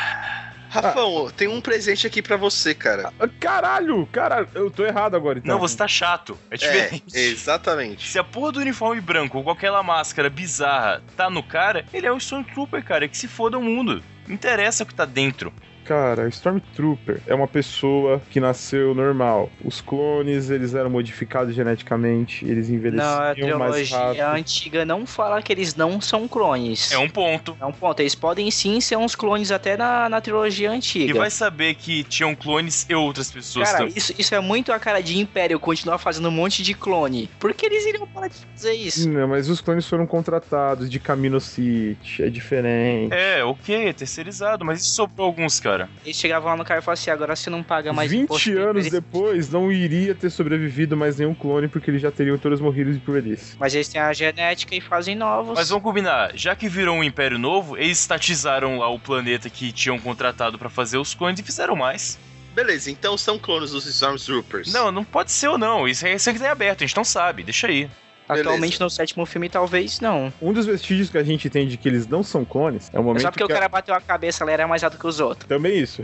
F: Ah.
D: Rafão, tem um presente aqui pra você, cara.
B: Ah, Caralho, caralho, eu tô errado agora então.
F: Não, você tá chato. É
D: É,
F: diferente.
D: exatamente.
F: Se a porra do uniforme branco ou qualquer lá máscara é bizarra tá no cara, ele é um Stormtrooper, cara, que se foda o mundo. Não interessa o que tá dentro.
B: cara, o Stormtrooper é uma pessoa que nasceu normal. Os clones, eles eram modificados geneticamente, eles
E: Não, é a
B: envelheciam mais
E: trilogia
B: rápido.
E: antiga não fala que eles não são clones.
F: É um ponto.
E: É um ponto. Eles podem sim ser uns clones até na, na trilogia antiga.
F: E vai saber que tinham clones e outras pessoas
E: Cara,
F: também.
E: isso, isso é muito a cara de Império continuar fazendo um monte de clone. Por que eles iriam parar de fazer isso?
B: Não, mas os clones foram contratados de Camino City, é diferente.
F: É, ok, é terceirizado, mas isso sobrou alguns, cara.
E: Eles chegavam lá no cara e falavam assim: agora você não paga mais
B: 20
E: imposto.
B: anos
E: Eles-
B: depois, não iria ter sobrevivido mais nenhum clone, porque eles já teriam todos morrido de velhice.
E: Mas eles têm a genética e fazem novos.
F: Mas vamos combinar, já que virou um império novo, eles estatizaram lá o planeta que tinham contratado pra fazer os clones e fizeram mais.
D: Beleza, então são clones dos Stormtroopers. É
F: Não, não pode ser ou não, isso, é- isso aqui tá em aberto, a gente não sabe, deixa aí.
D: beleza.
E: Atualmente no sétimo filme, talvez não.
B: Um dos vestígios que a gente tem de que eles não são clones é o
E: É
B: momento
E: só porque
B: que
E: o cara bateu a cabeça, ela era mais alto que os outros.
B: Também isso.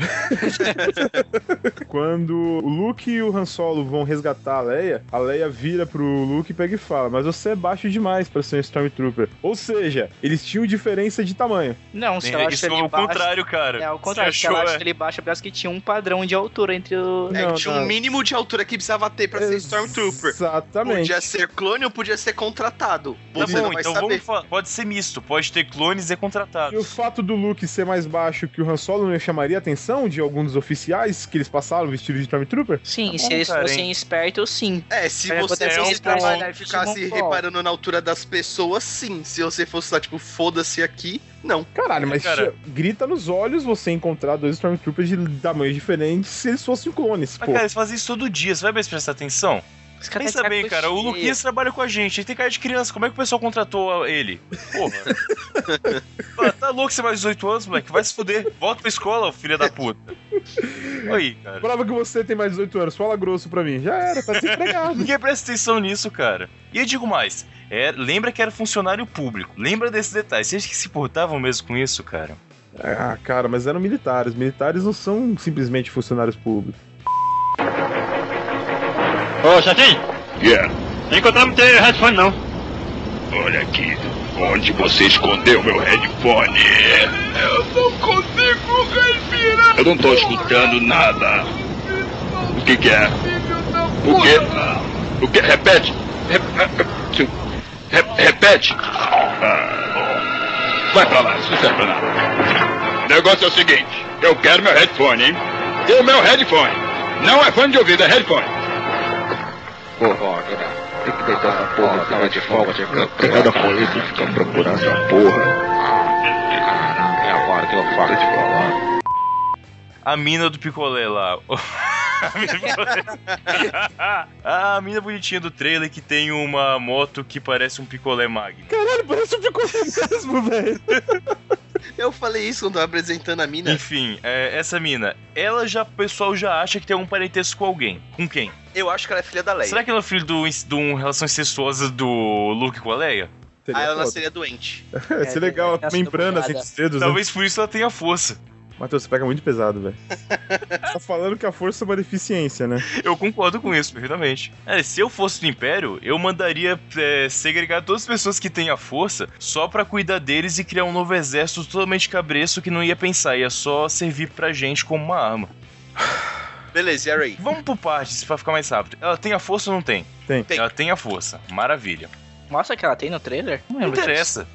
B: Quando o Luke e o Han Solo vão resgatar a Leia, a Leia vira pro Luke e pega e fala: Mas você é baixo demais pra ser um Stormtrooper. Ou seja, eles tinham diferença de tamanho.
E: Não, se ela
F: É,
E: acha
F: isso
E: ele
F: é o
E: baixo-
F: contrário, cara.
E: É, ao contrário,
F: Você
E: se ela
F: achou,
E: acha
F: é.
E: ele baixo, parece que tinha um padrão de altura entre o.
D: É
B: Não,
D: que tinha
B: não.
D: um mínimo de altura que precisava ter pra ser um Stormtrooper.
B: Exatamente.
D: Podia ser clone ou podia ser contratado.
F: Tá
D: Você não
F: bom,
D: vai
F: então
D: saber.
F: vamos falar. Pode ser misto, pode ter clones e
B: E
F: é
B: o
F: contratados.
B: fato do Luke ser mais baixo que o Han Solo não chamaria a atenção de alguns dos oficiais que eles passaram vestidos de Stormtrooper?
E: Sim,
F: Tá
E: se
F: bom,
E: eles
F: cara,
E: fossem espertos, sim.
D: É, se
E: Vai
D: você
E: acontecer
D: fosse
E: isso pra
D: lá
E: lá,
F: é,
D: e ficasse
E: Digimon Pro.
D: reparando na altura das pessoas, sim. Se você fosse lá, tipo, foda-se aqui, não.
B: Caralho, mas
F: É, Cara.
B: che- grita nos olhos você encontrar dois Stormtroopers de tamanhos diferentes se eles fossem clones,
F: Mas,
B: pô.
F: cara, eles fazem isso todo dia, você vai mais prestar atenção?
E: Os caras
F: Pensa
E: tá de
F: bem,
E: saco
F: cara, o
E: cheio.
F: Luquinhas trabalha com a gente, ele tem cara de criança, como é que o pessoal contratou ele? Porra. Fala, tá louco, você mais 18 anos, moleque? Vai se fuder. Volta pra escola, filha da puta. Aí, cara.
B: Prova que você tem mais 18 anos, fala grosso pra mim. Já era, tá desempregado.
F: Ninguém presta atenção nisso, cara. E eu digo mais, é, lembra que era funcionário público. Lembra desse detalhe. Vocês que se importavam mesmo com isso, cara?
B: ah, cara, mas eram militares. Militares não são simplesmente funcionários públicos.
G: Ô, Chatinho,
C: Yeah.
G: não encontramos teu headphone não.
C: Olha aqui, onde você escondeu meu headphone? Eu não consigo respirar. Eu não tô escutando nada. O que, que é? O que? O que? Repete. Rep- rep- rep- Repete. Ah, Vai pra lá, isso não serve pra nada. O negócio é o seguinte, eu quero meu headphone, hein? E o meu headphone. Não é fone de ouvido, é headphone. Porra, cara. Tem que deitar essa porra, eu tava de folga, tinha que ter cada polícia e ficar procurando essa porra. Caraca, é agora que eu falo de falar.
F: A mina do picolé lá. A mina do picolé. a mina bonitinha do trailer que tem uma moto que parece um picolé magno.
B: Caralho, parece um picolé mesmo, velho.
D: Eu falei isso quando eu tava apresentando a mina.
F: Enfim, é, essa mina, ela já, o pessoal já acha que tem algum parentesco com alguém. Com quem?
D: Eu acho que ela é filha da Leia.
F: Será que ela é filho do, de uma relação incestuosa do Luke com a Leia?
D: Ah, ela não seria doente.
B: Ia ser legal, ela
E: Essa
B: membrana assim
E: dobrada.
B: dos dedos. Né?
F: Talvez por isso ela tenha força.
B: Matheus, você pega muito pesado, velho. tá falando que a força é uma deficiência, né?
F: Eu concordo com isso, perfeitamente. É, se eu fosse do Império, eu mandaria é, segregar todas as pessoas que têm a força só pra cuidar deles e criar um novo exército totalmente cabresto que não ia pensar, ia só servir pra gente como uma arma.
D: Beleza, e a Rey?
F: Vamos por partes pra ficar mais rápido. Ela tem a força ou não tem?
B: Tem.
D: Tem.
F: Ela tem a força. Maravilha. é
E: Mostra que ela tem no trailer? Não
F: Não
E: lembro disso.
F: interessa.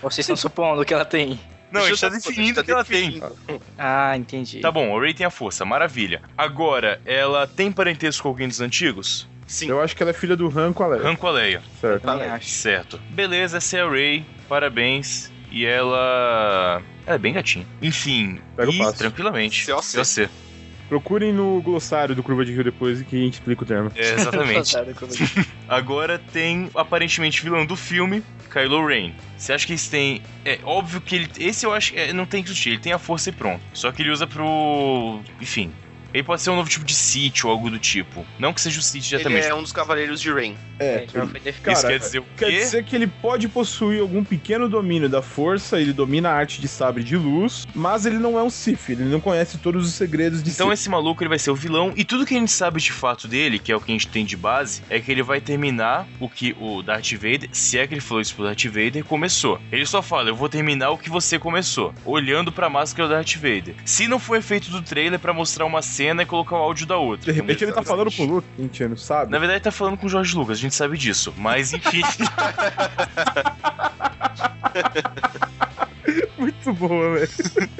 E: Vocês estão supondo que ela tem.
F: Não, a gente
D: Deixa
F: tá
D: eu-
F: definindo
D: tá
F: que ela tem.
D: definindo.
E: Ah, entendi.
F: Tá bom, o Ray tem a força, maravilha. Agora, ela tem parentesco com alguém dos antigos?
D: Sim.
B: Eu acho que ela é filha do Han com a Leia.
F: Han com a Leia.
B: Certo.
E: Também
D: Tá.
E: acho.
F: Certo. Beleza, essa é a Ray, parabéns. E ela. Ela é bem gatinha. Enfim,
B: Pega o
F: e
B: passo.
F: tranquilamente.
D: COC.
F: COC.
B: Procurem no glossário do Curva de Rio depois que a gente explica o termo.
F: É, exatamente.
E: Passado quando eu-
F: Agora tem aparentemente vilão do filme, Kylo Ren. Você acha que esse tem. É óbvio que ele. Esse eu acho que é, não tem que discutir, ele tem a força e pronto. Só que ele usa pro. Enfim. Ele pode ser um novo tipo de Sith ou algo do tipo. Não que seja o Sith
D: Ele
F: diretamente.
D: é um dos cavaleiros de Rain.
B: É,
E: Ele já então foi definido.
B: cara,
F: Isso quer dizer o quê?
B: Quer dizer que ele pode possuir algum pequeno domínio da força, ele domina a arte de sabre de luz, mas ele não é um Sif, ele não conhece todos os segredos de
F: Então
B: Sif.
F: esse maluco ele vai ser o vilão e tudo que a gente sabe de fato dele, que é o que a gente tem de base, é que ele vai terminar o que o Darth Vader, se é que ele falou isso pro Darth Vader, começou. Ele só fala, eu vou terminar o que você começou, olhando pra máscara do Darth Vader. Se não foi feito do trailer pra mostrar uma cena e colocar o áudio da outra.
B: De repente ele tá falando pro
F: por
B: Luke, a gente não sabe.
F: Na verdade ele tá falando com o Jorge Lucas, a gente sabe disso, mas enfim.
B: Muito boa, velho.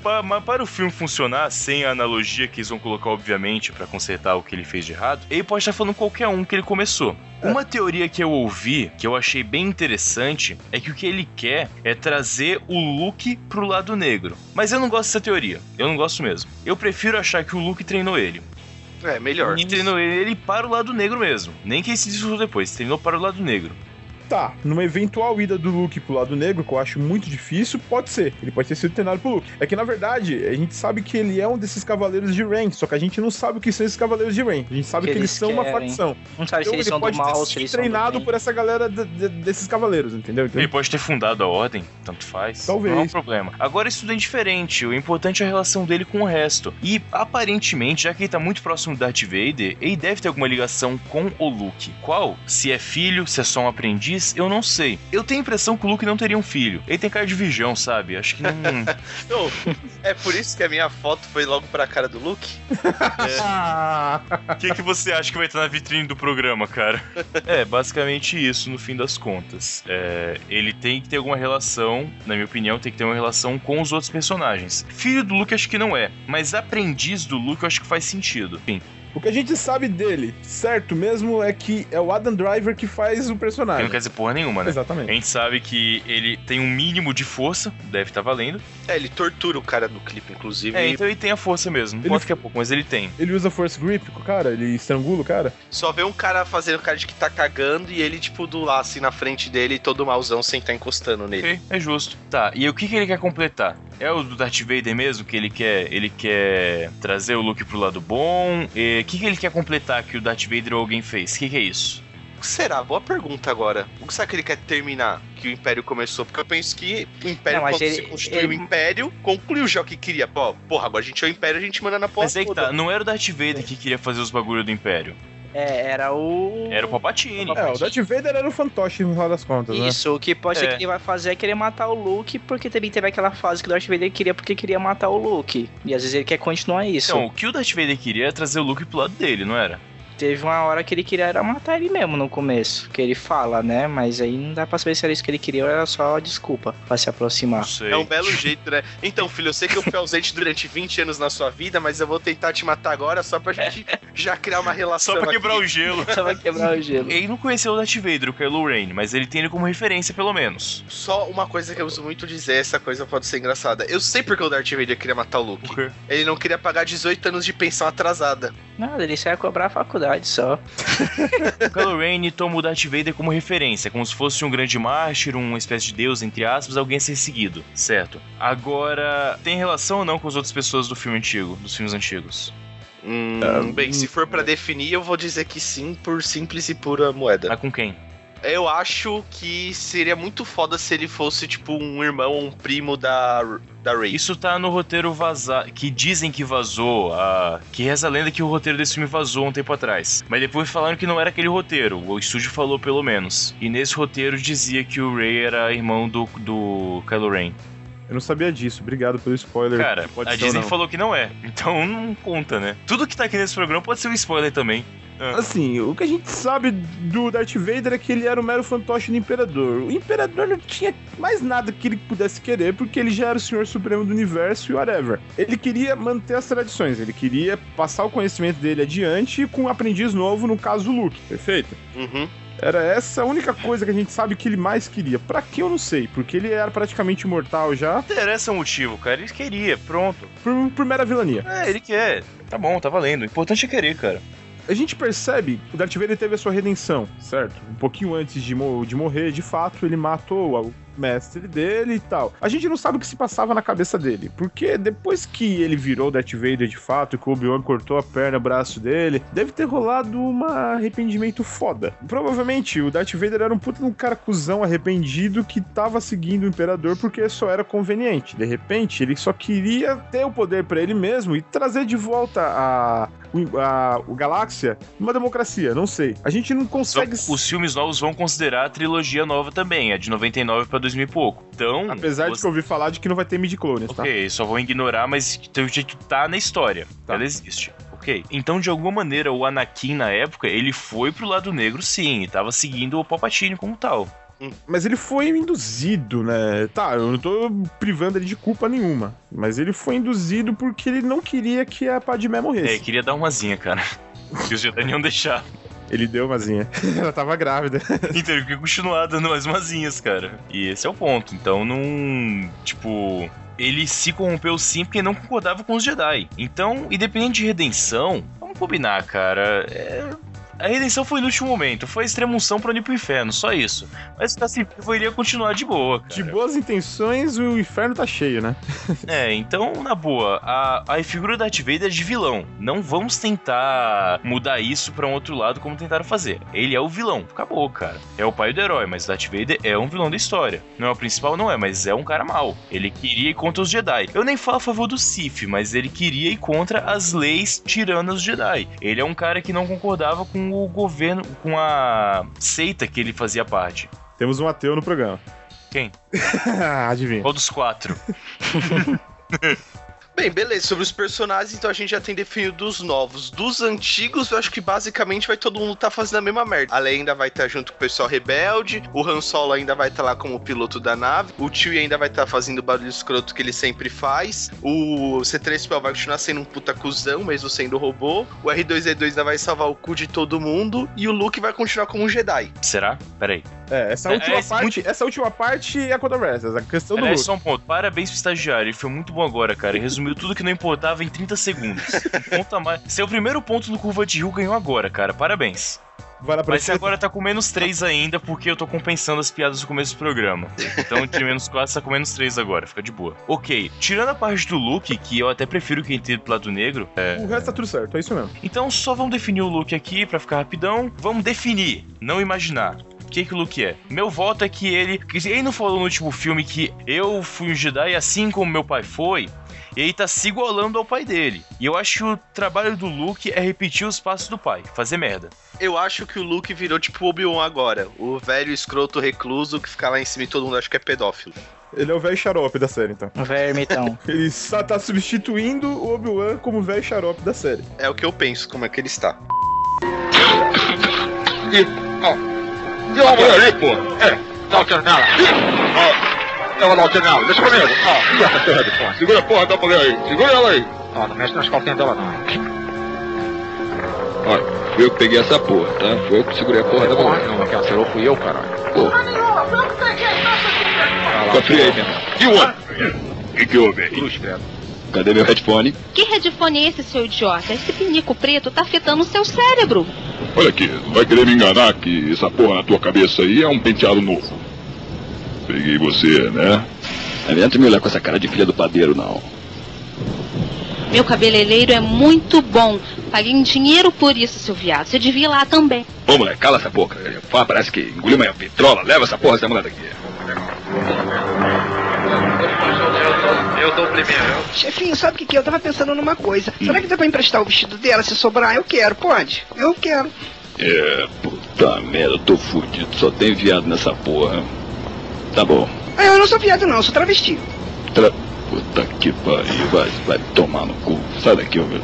F: Pa- mas para o filme funcionar, sem a analogia que eles vão colocar, obviamente, pra consertar o que ele fez de errado, ele pode estar falando qualquer um que ele começou. Uma teoria que eu ouvi, que eu achei bem interessante, é que o que ele quer é trazer o Luke pro lado negro. Mas eu não gosto dessa teoria. Eu não gosto mesmo. Eu prefiro achar que o Luke treinou ele.
D: É, melhor.
F: E treinou ele para o lado negro mesmo. Nem que ele se desculpou depois, treinou para o lado negro.
B: Tá, numa eventual ida do Luke pro lado negro, que eu acho muito difícil, pode ser. Ele pode ter sido treinado pro Luke. É que, na verdade, a gente sabe que ele é um desses cavaleiros de Rain, só que a gente não sabe o que são esses cavaleiros de Rain. A gente sabe que,
E: Que
B: eles
E: eles
B: são uma
E: querem.
B: facção.
F: é-
E: Não sabe se
B: Então
E: eles
B: ele
E: são do
B: pode
E: mal,
B: ter
E: se
B: sido
E: eles são do
B: treinado
E: bem.
B: por essa galera de- de- desses cavaleiros, entendeu? Então,
F: Ele pode ter fundado a ordem, tanto faz.
B: Talvez.
F: Não é um problema. Agora isso tudo é diferente. O importante é a relação dele com o resto. E aparentemente, já que ele tá muito próximo do Darth Vader, ele deve ter alguma ligação com o Luke. Qual? Se é filho, se é só um aprendiz, eu não sei. Eu tenho a impressão que o Luke não teria um filho. Ele tem cara de virgão, sabe? Acho que não.
D: Então, é por isso que a minha foto foi logo pra cara do Luke.
B: Ah,
F: O que, que você acha que vai estar na vitrine do programa, cara? É, basicamente isso, no fim das contas. É, ele tem que ter alguma relação, na minha opinião, tem que ter uma relação com os outros personagens. Filho do Luke acho que não é, mas aprendiz do Luke eu acho que faz sentido. Enfim,
B: o que a gente sabe dele, certo mesmo, é que é o Adam Driver que faz o
F: que
B: personagem.
F: não quer dizer porra nenhuma, né? A
B: Exatamente.
F: gente sabe que ele tem um mínimo de força, deve estar valendo.
D: É, ele tortura o cara do clipe, inclusive.
F: É,
D: e
F: então ele tem a força mesmo.
B: Ele-
F: Pode que é pouco, mas ele tem.
B: Ele usa Force Grip, com o cara, ele estrangula o cara.
D: Só vê um cara fazendo cara de que tá cagando e ele, tipo, do lá, assim, na frente dele, todo mauzão sem tá encostando nele.
F: Ok, é justo. Tá, e o que, que ele quer completar? É o do Darth Vader mesmo que ele quer, ele quer trazer o Luke pro lado bom? E O que, que ele quer completar que o Darth Vader ou alguém fez? O que, que é isso?
D: O que será? Boa pergunta agora. O que será que ele quer terminar que o Império começou? Porque eu penso que o Império,
E: Não, mas
D: quando
E: ele-
D: se constituiu
E: ele-
D: o Império, concluiu já o que queria. Pô, porra, agora a gente é o Império, a gente manda na porra
F: Mas aí que
D: toda.
F: tá, não era o Darth Vader que queria fazer os bagulho do Império.
E: É, era o.
F: Era o Palpatine.
B: É, o Darth Vader era o fantoche no final das contas, né?
E: Isso, o que pode ser
F: É.
E: que ele vai fazer é querer matar o Luke, porque também teve aquela fase que o Darth Vader queria porque queria matar o Luke. E às vezes ele quer continuar isso.
F: Então, o que o Darth Vader queria era trazer o Luke pro lado dele, não era?
E: Teve uma hora que ele queria era matar ele mesmo no começo, que ele fala, né? Mas aí não dá pra saber se era isso que ele queria ou era só a desculpa pra se
F: Não
E: aproximar.
F: sei.
D: É um belo jeito, né? Então, filho, eu sei que eu fui ausente durante 20 anos na sua vida, mas eu vou tentar te matar agora só pra gente já criar uma relação.
F: Só pra
D: aqui.
F: quebrar o gelo.
E: Só vai quebrar o gelo.
F: Ele não conheceu o Darth Vader, o Kylo Ren, mas ele tem ele como referência, pelo menos.
D: Só uma coisa que eu uso muito dizer, essa coisa pode ser engraçada. Eu sei porque o Darth Vader queria matar o Luke.
F: quê?
D: Ele não queria pagar 18 anos de pensão atrasada.
E: Nada, ele só ia cobrar a faculdade só.
F: O Kylo Ren toma o Darth Vader como referência, como se fosse um grande mártir, uma espécie de deus, entre aspas, alguém a ser seguido, certo? Agora, tem relação ou não com as outras pessoas do filme antigo, dos filmes antigos?
D: Hum,
F: Ah,
D: bem, se for pra definir, eu vou dizer que sim, por simples e pura moeda.
F: Tá com quem?
D: Eu acho que seria muito foda se ele fosse, tipo, um irmão ou um primo da, da Rey.
F: Isso tá no roteiro vazar, que dizem que vazou, ah, que reza a lenda que o roteiro desse filme vazou um tempo atrás. Mas depois falaram que não era aquele roteiro, o estúdio falou pelo menos. E nesse roteiro dizia que o Rey era irmão do, do Kylo Ren.
B: Eu não sabia disso, obrigado pelo spoiler.
F: Cara,
B: Pode
F: a
B: ser ou
F: Disney
B: não.
F: falou que não é, então não conta, né? Tudo que tá aqui nesse programa pode ser um spoiler também. Ah.
B: Assim, o que a gente sabe do Darth Vader é que ele era um mero fantoche do Imperador. O Imperador não tinha mais nada que ele pudesse querer, porque ele já era o Senhor Supremo do Universo e whatever. Ele queria manter as tradições, ele queria passar o conhecimento dele adiante com um aprendiz novo, no caso o Luke. Perfeito?
D: Uhum.
B: Era essa a única coisa que a gente sabe que ele mais queria. Pra que eu não sei, porque ele era praticamente imortal já,
F: Não interessa o motivo, cara. Ele queria, pronto.
B: por, por mera vilania.
F: É, ele quer. Tá bom, tá valendo. O importante é querer, cara.
B: A gente percebe que o Darth Vader teve a sua redenção, certo? Um pouquinho antes de, mo- de morrer, de fato, ele matou a- mestre dele e tal. A gente não sabe o que se passava na cabeça dele, porque depois que ele virou Darth Vader de fato, que o Obi-Wan cortou a perna, o braço dele, deve ter rolado um arrependimento foda. Provavelmente o Darth Vader era um puta de um cara cuzão arrependido que tava seguindo o imperador porque só era conveniente. De repente, ele só queria ter o poder pra ele mesmo e trazer de volta a, a, o Galáxia numa democracia, não sei. A gente não
F: Só
B: consegue.
F: que os filmes novos vão considerar a trilogia nova também, a de 99 pra 2000 e pouco. Então,
B: Apesar de
F: você-
B: que eu ouvi falar de que não vai ter midi-clones, tá?
F: Ok, só vão ignorar, mas tem um jeito que tá na história.
B: Tá.
F: Ela existe. Ok. Então, de alguma maneira, o Anakin na época, ele foi pro lado negro, sim, e tava seguindo o Palpatine como tal.
B: Mas ele foi induzido, né? Tá, eu não tô privando ele de culpa nenhuma. Mas ele foi induzido porque ele não queria que a Padmé
F: É,
B: morresse.
F: queria dar uma zinha, cara. Que os Jedi não deixar.
B: Ele deu umazinha. Ela tava grávida.
F: Então ele quer continuar dando mais umazinhas, cara. E esse é o ponto. Então não. Tipo. Ele se corrompeu sim porque não concordava com os Jedi. Então, independente de redenção, vamos combinar, cara. É, A redenção foi no último momento, foi a extremunção pra ir pro inferno, só isso. Mas se ficasse vivo, ele ia continuar de boa, cara.
B: De boas intenções, o inferno tá cheio, né?
F: É, então, na boa, a, a figura da Darth Vader é de vilão. Não vamos tentar mudar isso pra um outro lado como tentaram fazer. Ele é o vilão, acabou, cara. É o pai do herói, mas Darth Vader é um vilão da história. Não é o principal, não é, mas é um cara mau. Ele queria ir contra os Jedi. Eu nem falo a favor do Sith, mas ele queria ir contra as leis tiranas Jedi. Ele é um cara que não concordava com o governo, com a seita que ele fazia parte.
B: Temos um ateu no programa.
F: Quem?
B: Adivinha.
F: Qual dos quatro?
D: Bem, beleza. Sobre os personagens, então a gente já tem definido os novos. Dos antigos, eu acho que basicamente vai todo mundo tá fazendo a mesma merda. A Leia ainda vai estar junto com o pessoal rebelde, o Han Solo ainda vai estar lá como piloto da nave, o Tio ainda vai estar fazendo o barulho escroto que ele sempre faz, o C3PO vai continuar sendo um puta cuzão, mesmo sendo robô, o R2-D2 ainda vai salvar o cu de todo mundo, e o Luke vai continuar como um Jedi.
F: Será? Peraí.
B: É, essa
F: É,
B: última
F: é,
B: parte. Essa última parte é a controvérsia. A questão do
F: Aliás,
B: Luke.
F: só um ponto. Parabéns pro estagiário. Ele foi muito bom agora, cara. Ele resumiu tudo que não importava em 30 segundos. Um ponto a mais. Seu primeiro ponto no Curva de Rio ganhou agora, cara. Parabéns.
B: Vai lá pra
F: Mas você agora tá com menos 3 ainda, porque eu tô compensando as piadas do começo do programa. Então, de menos 4, tá com menos 3 agora. Fica de boa. Ok. Tirando a parte do Luke, que eu até prefiro que entre pro lado negro,
B: O resto tá tudo certo, é isso mesmo.
F: então só vamos definir o look aqui pra ficar rapidão. Vamos definir, não imaginar. O que, que o Luke é? Meu voto é que ele. que Ele não falou no último filme que eu fui um Jedi assim como meu pai foi. E ele tá se igualando ao pai dele. E eu acho que o trabalho do Luke é repetir os passos do pai, fazer merda.
D: Eu acho que o Luke virou tipo Obi-Wan agora, o velho escroto recluso que fica lá em cima e todo mundo acha que é pedófilo.
B: Ele é o velho xarope da série, então.
E: Um Vermitão.
B: Ele só tá substituindo o Obi-Wan como o velho xarope da série.
D: É o que eu penso, como é que ele está.
C: E uma mulher aí, pô. É, dá o tiro nela. Ó, eu vou dar o tiro nela. Deixa comigo. Ó, segura essa porra de fone. Segura a porra da mulher aí. Segura ela aí. Ó, não mexe nas calcinhas dela, não. Olha, fui eu que peguei essa porra, tá? Foi eu que segurei a porra da mulher. Não, quem acerou fui eu, caralho. Porra. Fica frio aí, meu irmão. E o outro? E que houve aí? Cadê meu headphone?
H: Que headphone é esse, seu idiota? Esse pinico preto tá afetando o seu cérebro.
C: Olha aqui, não vai querer me enganar que essa porra na tua cabeça aí é um penteado novo. Peguei você, né? Não adianta me olhar com essa cara de filha do padeiro, não.
H: Meu cabeleireiro é muito bom. Paguei em dinheiro por isso, seu viado. Você devia ir lá também.
C: Ô, moleque, cala essa boca. Fala, parece que engoliu uma vitrola. Leva essa porra dessa mulher daqui.
G: Eu dou primeiro.
I: Chefinho, sabe o que, que é? Eu tava pensando numa coisa. Será que dá pra emprestar o vestido dela se sobrar? Eu quero, pode? Eu quero.
C: É, puta merda, eu tô fudido. Só tem viado nessa porra. Tá bom.
I: Ah, eu não sou viado, não, eu sou travesti.
C: Tra... Puta que pariu. Vai, vai tomar no cu. Sai daqui, ô, meu.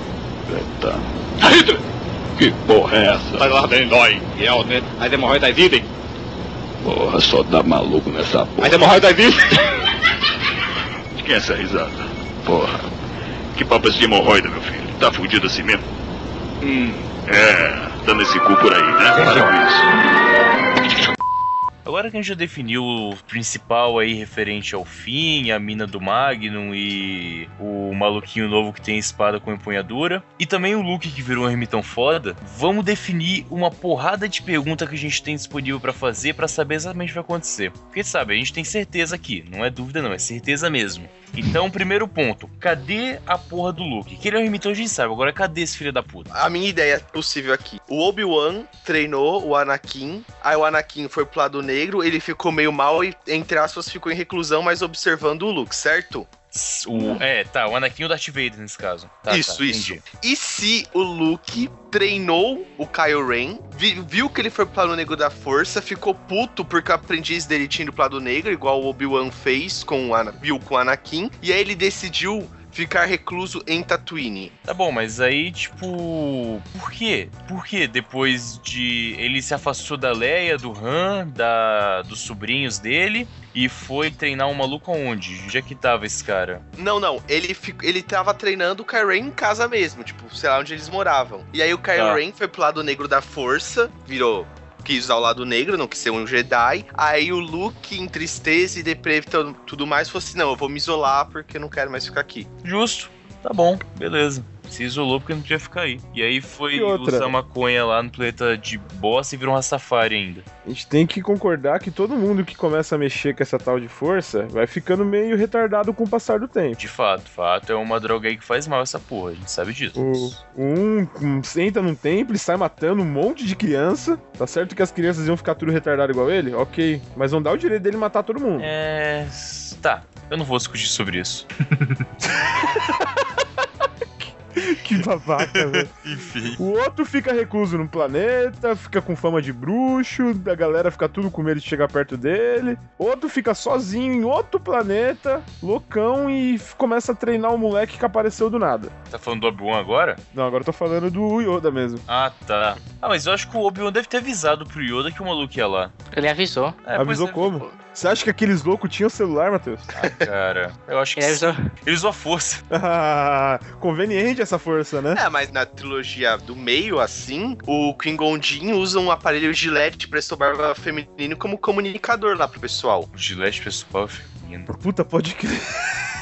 C: Tá. Que porra é essa? Vai lá, dói.
G: As hemorroidas vivem?
C: Porra, só dá maluco nessa porra.
G: As hemorroidas vivem?
C: De quem é essa risada? Porra. Que papo é esse de hemorroida, meu filho? Tá fudido assim mesmo? Hum. É, dando esse cu por aí, né? Para com isso.
F: Agora que a gente já definiu o principal aí referente ao fim, a mina do Magnum e o maluquinho novo que tem espada com empunhadura, e também o Luke que virou um ermitão foda, vamos definir uma porrada de pergunta que a gente tem disponível pra fazer pra saber exatamente o que vai acontecer. Porque sabe, a gente tem certeza aqui, não é dúvida não, é certeza mesmo. Então, primeiro ponto, cadê a porra do Luke? Que ele é um ermitão, a gente sabe, agora cadê esse filho da puta?
D: A minha ideia é possível aqui. O Obi-Wan treinou o Anakin, aí o Anakin foi pro lado negro, ele ficou meio mal e, entre aspas, ficou em reclusão, mas observando o Luke, certo?
F: O- é, tá, o Anakin e o Darth Vader nesse caso. Tá, tá,
D: Isso, isso.
F: entendi.
D: E se o Luke treinou o Kylo Ren, vi- viu que ele foi pro lado negro da força, ficou puto porque o aprendiz dele tinha ido pro lado negro, igual o Obi-Wan fez com o Ana, viu com o Anakin, e aí ele decidiu ficar recluso em Tatooine.
F: Tá bom, mas aí, tipo. Por quê? Por quê? Depois de. Ele se afastou da Leia, do Han, da, dos sobrinhos dele e foi treinar um maluco aonde? Onde é que tava esse cara?
D: Não, não, ele, fi- ele tava treinando o Kylo Ren em casa mesmo, tipo, sei lá onde eles moravam. E aí o Kylo
F: Tá.
D: Ren foi pro lado negro da força, virou. Quis usar o lado negro, não quis ser um Jedi. Aí o Luke, em tristeza e depressão tudo mais, falou assim: não, eu vou me isolar porque eu não quero mais ficar aqui.
F: Justo. Tá bom, beleza. Se isolou porque não podia ficar aí. E aí foi
B: E outra?
F: usar maconha lá no planeta de bosta e virou um rastafari ainda.
B: A gente tem que concordar que todo mundo que começa a mexer com essa tal de força vai ficando meio retardado com o passar do tempo.
F: De fato, fato, é uma droga aí que faz mal essa porra, a gente sabe disso.
B: O, um, um entra num templo e sai matando um monte de criança. Tá certo que as crianças iam ficar tudo retardado igual ele? Ok. Mas não dá o direito dele matar todo mundo.
F: É. s- Tá, eu não vou discutir sobre isso.
B: Que babaca, velho.
F: Enfim.
B: O outro fica recluso no planeta, fica com fama de bruxo, a galera fica tudo com medo de chegar perto dele. Outro fica sozinho em outro planeta, loucão, e f- começa a treinar o moleque que apareceu do nada.
F: Tá falando do Obi-Wan agora?
B: Não, agora eu tô falando do Yoda mesmo.
F: Ah, tá. Ah, mas eu acho que o Obi-Wan deve ter avisado pro Yoda que o maluco ia lá.
E: Ele avisou.
F: É,
B: Avisou
F: pois é.
B: como? Você acha que aqueles loucos tinham celular, Matheus?
F: Ah, cara, eu acho que
E: Ele avisou.
F: ele usou a força.
B: Ah, Conveniente essa força, né?
D: É, mas na trilogia do meio, assim, o Klingon Jin usa um aparelho Gillette pra barba feminino como comunicador lá pro pessoal.
F: O Gillette pessoal feminino.
B: Puta, pode crer.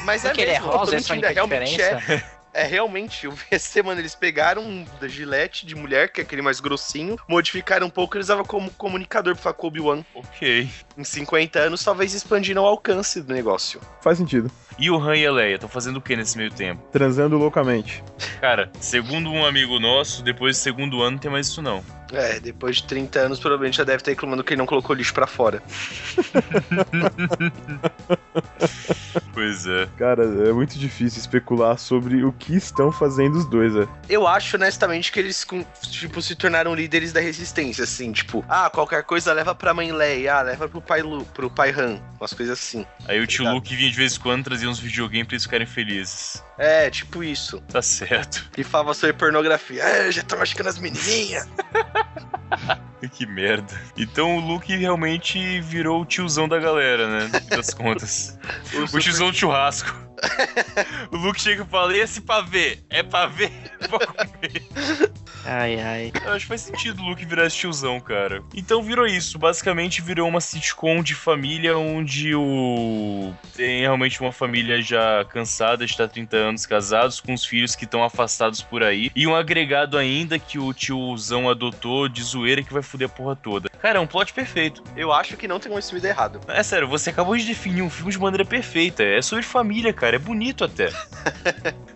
D: Mas
E: Porque
D: é
E: ele é
D: mesmo, eu tô
E: rosa, essa é a
D: mentindo,
E: única
D: realmente
E: diferença.
D: É, realmente, eu vi essa semana eles pegaram um da Gillette de mulher, que é aquele mais grossinho, modificaram um pouco e usavam como comunicador pra Kobe One.
F: Ok.
D: Em 50 anos, talvez expandiram o alcance do negócio.
B: Faz sentido.
F: E o Han e a Leia estão fazendo o que nesse meio tempo?
B: Transando loucamente.
F: Cara, segundo um amigo nosso, depois do segundo ano não tem mais isso não.
D: É, depois de 30 anos, provavelmente já deve estar reclamando que ele não colocou lixo pra fora.
F: Pois é.
B: Cara, é muito difícil especular sobre o que estão fazendo os dois, é.
D: Eu acho, honestamente, que eles, com- tipo, se tornaram líderes da resistência, assim, tipo, ah, qualquer coisa leva pra mãe Leia, ah, leva pro pai Lu, pro pai Han, umas coisas assim.
F: Aí o tio
D: Obrigado.
F: Luke vinha de vez em quando trazia uns videogames pra eles ficarem felizes.
D: É, tipo isso.
F: Tá certo.
D: E falava sobre pornografia. É, já tá machucando as menininhas.
F: Que merda. Então o Luke realmente virou o tiozão da galera, né? No fim Das contas. O tiozão de churrasco. o Luke chega e fala: esse pavê? É pavê? Vou comer.
E: Ai, ai.
F: Eu acho que faz sentido o Luke virar esse tiozão, cara. Então virou isso. Basicamente virou uma sitcom de família onde o. Tem realmente uma família já cansada de estar 30 anos casados, com os filhos que estão afastados por aí. E um agregado ainda que o tiozão adotou de zoeira que vai foder a porra toda. Cara, é um plot perfeito.
D: Eu acho que não tem como esse vídeo errado.
F: É sério, você acabou de definir um filme de maneira perfeita. É sobre família, cara. É bonito até.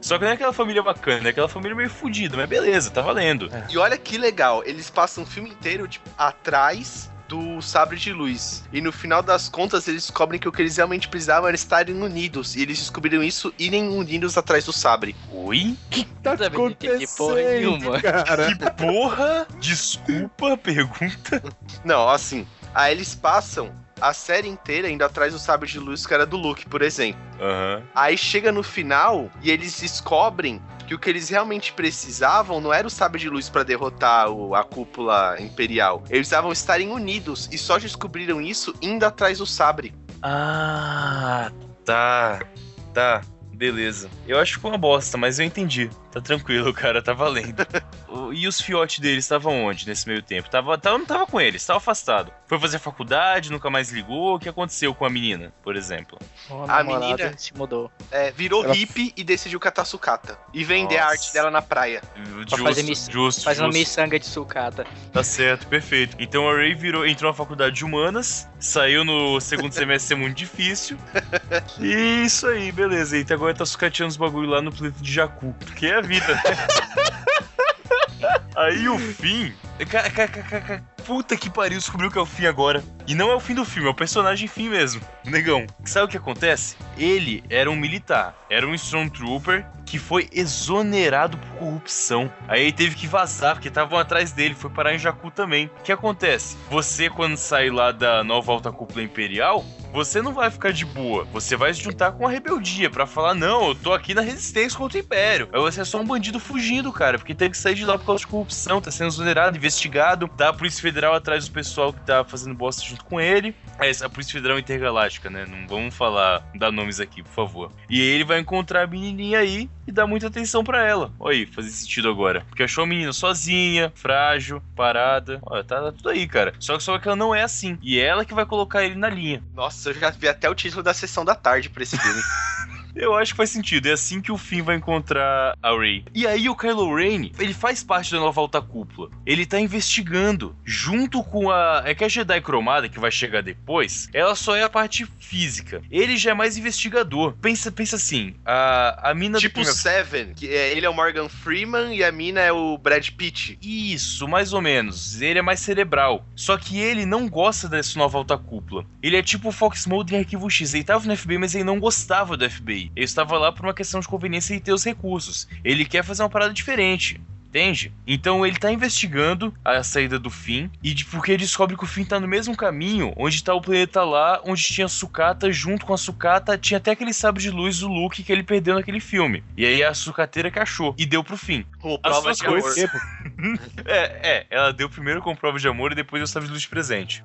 F: Só que não é aquela família bacana, é aquela família meio fodida, mas beleza, tá valendo.
D: E olha que legal, eles passam o filme inteiro tipo, atrás do sabre de luz. E no final das contas, eles descobrem que o que eles realmente precisavam era estarem unidos. E eles descobriram isso irem unidos atrás do sabre.
F: Oi?
B: Tá
E: Também não entendi porra nenhuma.
B: cara?
F: Que porra? Desculpa a pergunta.
D: Não, assim. Aí eles passam a série inteira indo atrás do sabre de luz que era do Luke, por exemplo.
F: Aham.
D: Aí chega no final e eles descobrem que o que eles realmente precisavam não era o sabre de luz pra derrotar o- a cúpula imperial. Eles precisavam estarem unidos e só descobriram isso indo atrás do sabre.
F: Ah, tá. Tá. Beleza. Eu acho que foi uma bosta, mas eu entendi. Tá tranquilo, cara, tá valendo. O- e os fiotes deles estavam onde nesse meio tempo? Tava, tava, não tava com eles, tava afastado. Foi fazer faculdade, nunca mais ligou. O que aconteceu com a menina, por exemplo?
D: A menina-
E: se mudou.
D: É, virou
B: Ela-
D: hippie e decidiu catar sucata. E vender a
F: Nossa.
D: arte dela na praia.
F: Justo,
E: fazer miss-
F: justo,
E: Fazendo
F: justo.
E: miçanga de sucata.
F: Tá certo, perfeito. Então a Ray virou, entrou na faculdade de humanas, saiu no segundo semestre ser muito difícil. E é isso aí, beleza. E até agora tá sucateando os bagulho lá no planeta de Jacu. Porque é a vida, né? Aí o fim. ca- ca- ca- ca- ca- Puta que pariu, descobriu que é o fim agora. E não é o fim do filme, é o personagem fim mesmo. Negão. Sabe o que acontece? Ele era um militar, era um Stormtrooper que foi exonerado por corrupção. Aí ele teve que vazar, porque estavam atrás dele, foi parar em Jakku também. O que acontece? Você, quando sai lá da nova alta cúpula imperial, você não vai ficar de boa. Você vai se juntar com a rebeldia pra falar: não, eu tô aqui na resistência contra o império. Aí você é só um bandido fugindo, cara, porque teve que sair de lá por causa de corrupção, tá sendo exonerado, investigado. Tá a Polícia Federal atrás do pessoal que tá fazendo bosta junto com ele. É, a Polícia Federal Intergaláctica, né? Não vamos falar, dar nomes aqui, por favor. E aí ele vai encontrar a menininha aí e dar muita atenção pra ela. Olha aí, fazer sentido agora. Porque achou a menina sozinha, frágil, parada. Olha, tá, tá tudo aí, cara. Só que, só que ela não é assim. E é ela que vai colocar ele na linha.
D: Nossa, eu já vi até o título da sessão da tarde pra esse filme.
F: Eu acho que faz sentido. É assim que o Finn vai encontrar a Rey. E aí o Kylo Ren, ele faz parte da nova alta cúpula. Ele tá investigando junto com a é que a Jedi cromada que vai chegar depois, ela só é a parte física. Ele já é mais investigador. Pensa, pensa assim, a a mina do
D: tipo
F: primeiro-
D: Seven, que é, ele é o Morgan Freeman e a mina é o Brad Pitt.
F: Isso, mais ou menos. Ele é mais cerebral. Só que ele não gosta dessa nova alta cúpula. Ele é tipo o Fox Mulder em Arquivo X. Ele tava no FBI, mas ele não gostava do FBI. Ele estava lá por uma questão de conveniência e ter os recursos. Ele quer fazer uma parada diferente. Entende? Então ele tá investigando a saída do Finn e de, porque ele descobre que o Finn tá no mesmo caminho onde tá o planeta lá, onde tinha a sucata, junto com a sucata, tinha até aquele sabre de luz do Luke que ele perdeu naquele filme. E aí a sucateira que achou e deu pro Finn.
D: Ou
F: As
D: prova
F: duas
D: de amor.
F: coisas. É, é, ela deu primeiro com prova de amor e depois eu sabe de luz de presente.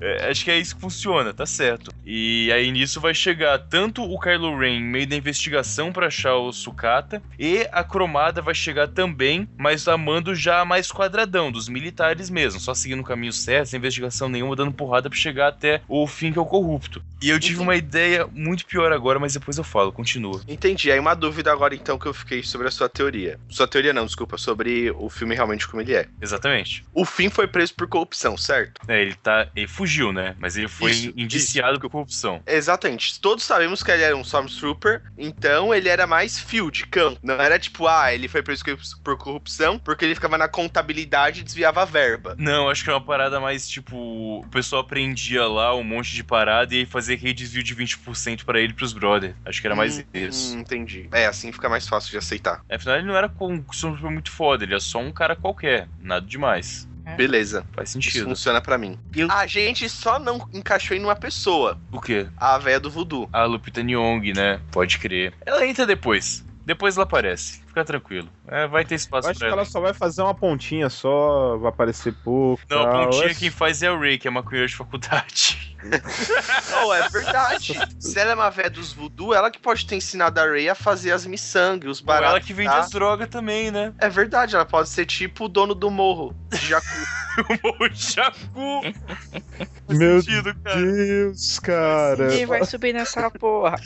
F: É, acho que é isso que funciona, tá certo. E aí nisso vai chegar tanto o Kylo Ren em meio da investigação pra achar o sucata, e a cromada vai chegar também, mas amando já mais quadradão, dos militares mesmo, só seguindo o caminho certo, sem investigação nenhuma, dando porrada pra chegar até o fim que é o corrupto. E eu tive uma ideia muito pior agora, mas depois eu falo, continua.
D: Entendi. Aí uma dúvida agora então que eu fiquei sobre a sua teoria. Sua teoria não, desculpa, sobre o filme realmente como ele é.
F: Exatamente.
D: O Finn foi preso por corrupção, certo?
F: É, ele tá. Ele fugiu, né? Mas ele foi
D: Isso,
F: indiciado por corrupção.
D: Exatamente. Todos sabemos que ele era um Stormtrooper, então ele era mais field, campo. Não era tipo, ah, ele foi preso por corrupção porque ele ficava na contabilidade e desviava a verba.
F: Não, acho que é uma parada mais tipo. O pessoal prendia lá um monte de parada e aí fazia aquele desvio de 20% pra ele e pros brother. Acho que era mais isso.
D: Hum, entendi. É, assim fica mais fácil de aceitar.
F: Afinal, ele não era com- um super muito foda, ele é só um cara qualquer. Nada demais.
D: Beleza.
F: Faz
D: Isso
F: sentido.
D: funciona pra mim. A gente só não encaixou em uma pessoa,
F: O quê?
D: a véia do voodoo.
F: A Lupita Nyong, né? Pode crer. Ela entra depois. Depois ela aparece. Fica tranquilo. É, vai ter
B: Eu
F: espaço
B: acho que
F: pra ela.
B: ela só vai fazer uma pontinha só, vai aparecer pouco.
F: Não, a
B: tal.
F: pontinha
B: É-
F: quem faz é o Ray, que é maconheiro de faculdade.
D: Não, é verdade. Se ela é uma véia dos voodoo, ela que pode ter ensinado a Rey a fazer as miçangas, os
F: Ou ela
D: baratos.
F: que vende
D: tá?
F: as drogas também, né?
D: É verdade, ela pode ser tipo o dono do morro. de Jakku.
F: o Jacu. Faz
B: Meu
F: sentido, cara.
B: Deus, cara.
E: Ninguém vai subir nessa porra.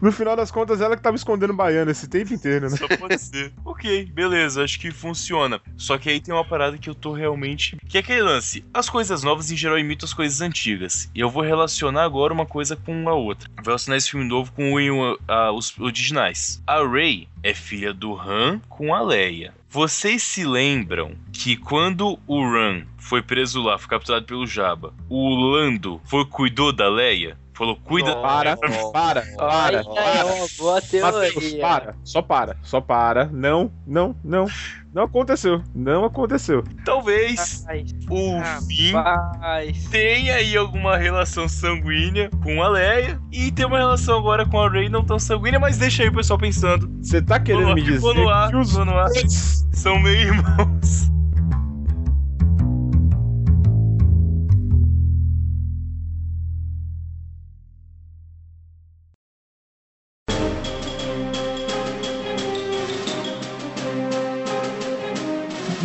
B: No final das contas, ela que tava escondendo baiana esse tempo inteiro, né?
F: Só pode ser. ok, beleza, acho que funciona. Só que aí tem uma parada que eu tô realmente. Que é aquele lance. As coisas novas em geral imitam as coisas antigas. E eu vou relacionar agora uma coisa com a outra. Vou relacionar esse filme novo com o- a- os originais. A Rey é filha do Han com a Leia. Vocês se lembram que quando o Ran foi preso lá, foi capturado pelo Jabba, o Lando foi cuidou da Leia? Falou, cuida
B: Para, para, para,
E: Olha, é
B: para.
E: uma boa
B: Mateus,
E: teoria.
B: para. Só para, só para. Não, não, não. Não aconteceu, não aconteceu.
F: Talvez
E: Ai,
F: o fim
E: Rapaz.
F: tem aí alguma relação sanguínea com a Leia e tem uma relação agora com a Rey não tão sanguínea, mas deixa aí o pessoal pensando.
B: Você tá querendo
F: Ficou
B: me
F: no-
B: dizer
F: ficou no ar,
B: que os
F: ficou no ar.
B: dois
F: São meio irmãos.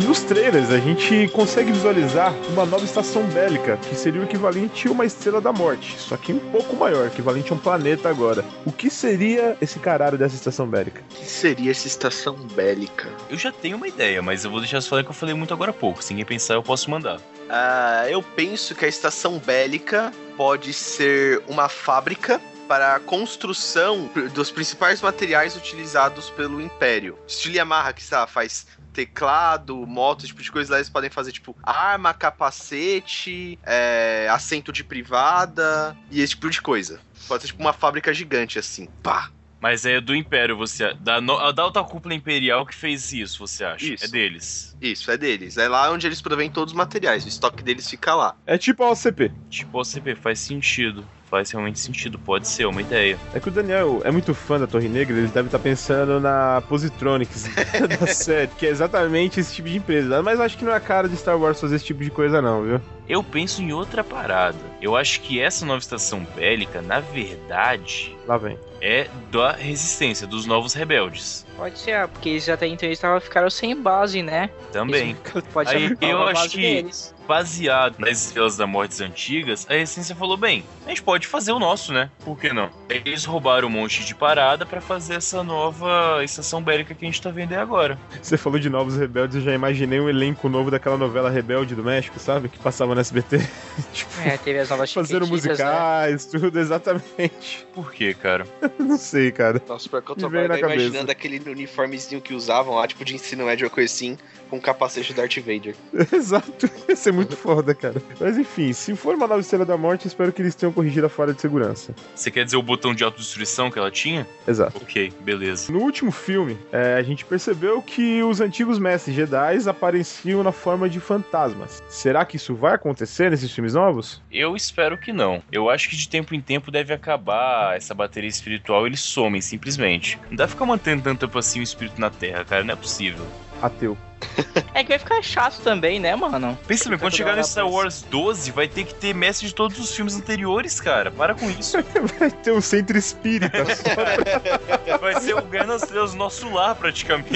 B: nos trailers a gente consegue visualizar uma nova estação bélica, que seria o equivalente a uma estrela da morte, só que um pouco maior, equivalente a um planeta agora. O que seria esse caralho dessa estação bélica?
D: O que seria essa estação bélica?
F: Eu já tenho uma ideia, mas eu vou deixar você falar que eu falei muito agora há pouco. Se ninguém pensar, eu posso mandar.
D: Ah, eu penso que a estação bélica pode ser uma fábrica para a construção dos principais materiais utilizados pelo Império. Estilo Yamaha, que sabe, faz teclado, moto, esse tipo de coisa. Lá eles podem fazer, tipo, arma, capacete, é, assento de privada e esse tipo de coisa. Pode ser, tipo, uma fábrica gigante, assim. Pá!
F: Mas é do Império, você. Da, no- da alta cúpula imperial que fez isso, você acha?
D: Isso.
F: É deles.
D: Isso, é deles. É lá onde eles provêm todos os materiais. O estoque deles fica lá.
B: É tipo a OCP.
F: Tipo, você vê, faz sentido. Faz realmente sentido, pode ser, é uma ideia.
B: É que o Daniel é muito fã da Torre Negra, ele deve estar pensando na Positronics da série, que é exatamente esse tipo de empresa. Mas acho que não é a cara de Star Wars fazer esse tipo de coisa, não, viu?
F: Eu penso em outra parada. Eu acho que essa nova estação bélica, na verdade,
B: Lá vem.
F: é da resistência, dos novos rebeldes.
E: Pode ser, ah, porque eles até então eles tavam- ficaram sem base, né?
F: Também.
E: Isso Pode
F: Aí,
E: ser
F: eu
E: uma
F: acho
E: base
F: que-
E: deles.
F: Baseado nas estrelas da morte antigas, a essência falou: bem, a gente pode fazer o nosso, né? Por que não? Eles roubaram um monte de parada pra fazer essa nova estação bélica que a gente tá vendo aí agora.
B: Você falou de novos rebeldes, eu já imaginei um elenco novo daquela novela Rebelde do México, sabe? Que passava no SBT. tipo,
E: É, teve as novas
B: fazendo
E: Chiquititas, né?
B: musicais, tudo, exatamente.
F: Por quê, cara?
B: Não sei, cara.
D: Nossa, pior que eu
B: Me
D: tô
B: veio
D: agora
B: na cabeça.
D: imaginando aquele uniformezinho que usavam lá, tipo de ensino médio, uma coisa assim, com um capacete do Darth Vader.
B: Exato, ia ser muito foda, cara. Mas enfim, se for uma nova estrela da morte, espero que eles tenham corrigido a falha de segurança.
F: Você quer dizer o botão de autodestruição que ela tinha?
B: Exato.
F: Ok, beleza.
B: No último filme, é, a gente percebeu que os antigos mestres Jedi apareciam na forma de fantasmas. Será que isso vai acontecer nesses filmes novos?
F: Eu espero que não. Eu acho que de tempo em tempo deve acabar essa bateria espiritual, eles somem simplesmente. Não dá pra ficar mantendo tanto tempo assim o espírito na Terra, cara, não é possível.
B: Ateu.
E: É que vai ficar chato também, né, mano?
F: Pensa bem, quando
E: Tenta
F: chegar no
E: trabalhar
F: Star
E: pra
F: Wars 12, vai ter que ter mestre de todos os filmes anteriores, cara. Para com isso.
B: Vai ter um centro espírita. só.
F: Vai ser o Guerra Deus nosso lar, praticamente.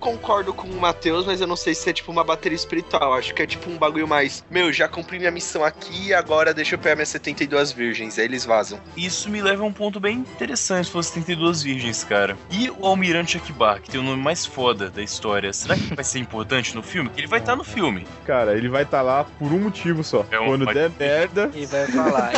D: Concordo com o Matheus, mas eu não sei se é tipo uma bateria espiritual. Acho que é tipo um bagulho mais. Meu, já cumpri minha missão aqui, agora deixa eu pegar minhas 72 virgens. Aí eles vazam.
F: Isso me leva a um ponto bem interessante se fosse 32 virgens, cara. E o Almirante Akbar, que tem o nome mais foda da história, será que vai ser importante no filme? Que ele vai estar no filme.
B: Cara, ele vai estar lá por um motivo só.
F: É um-
B: Quando der merda,
E: E vai falar.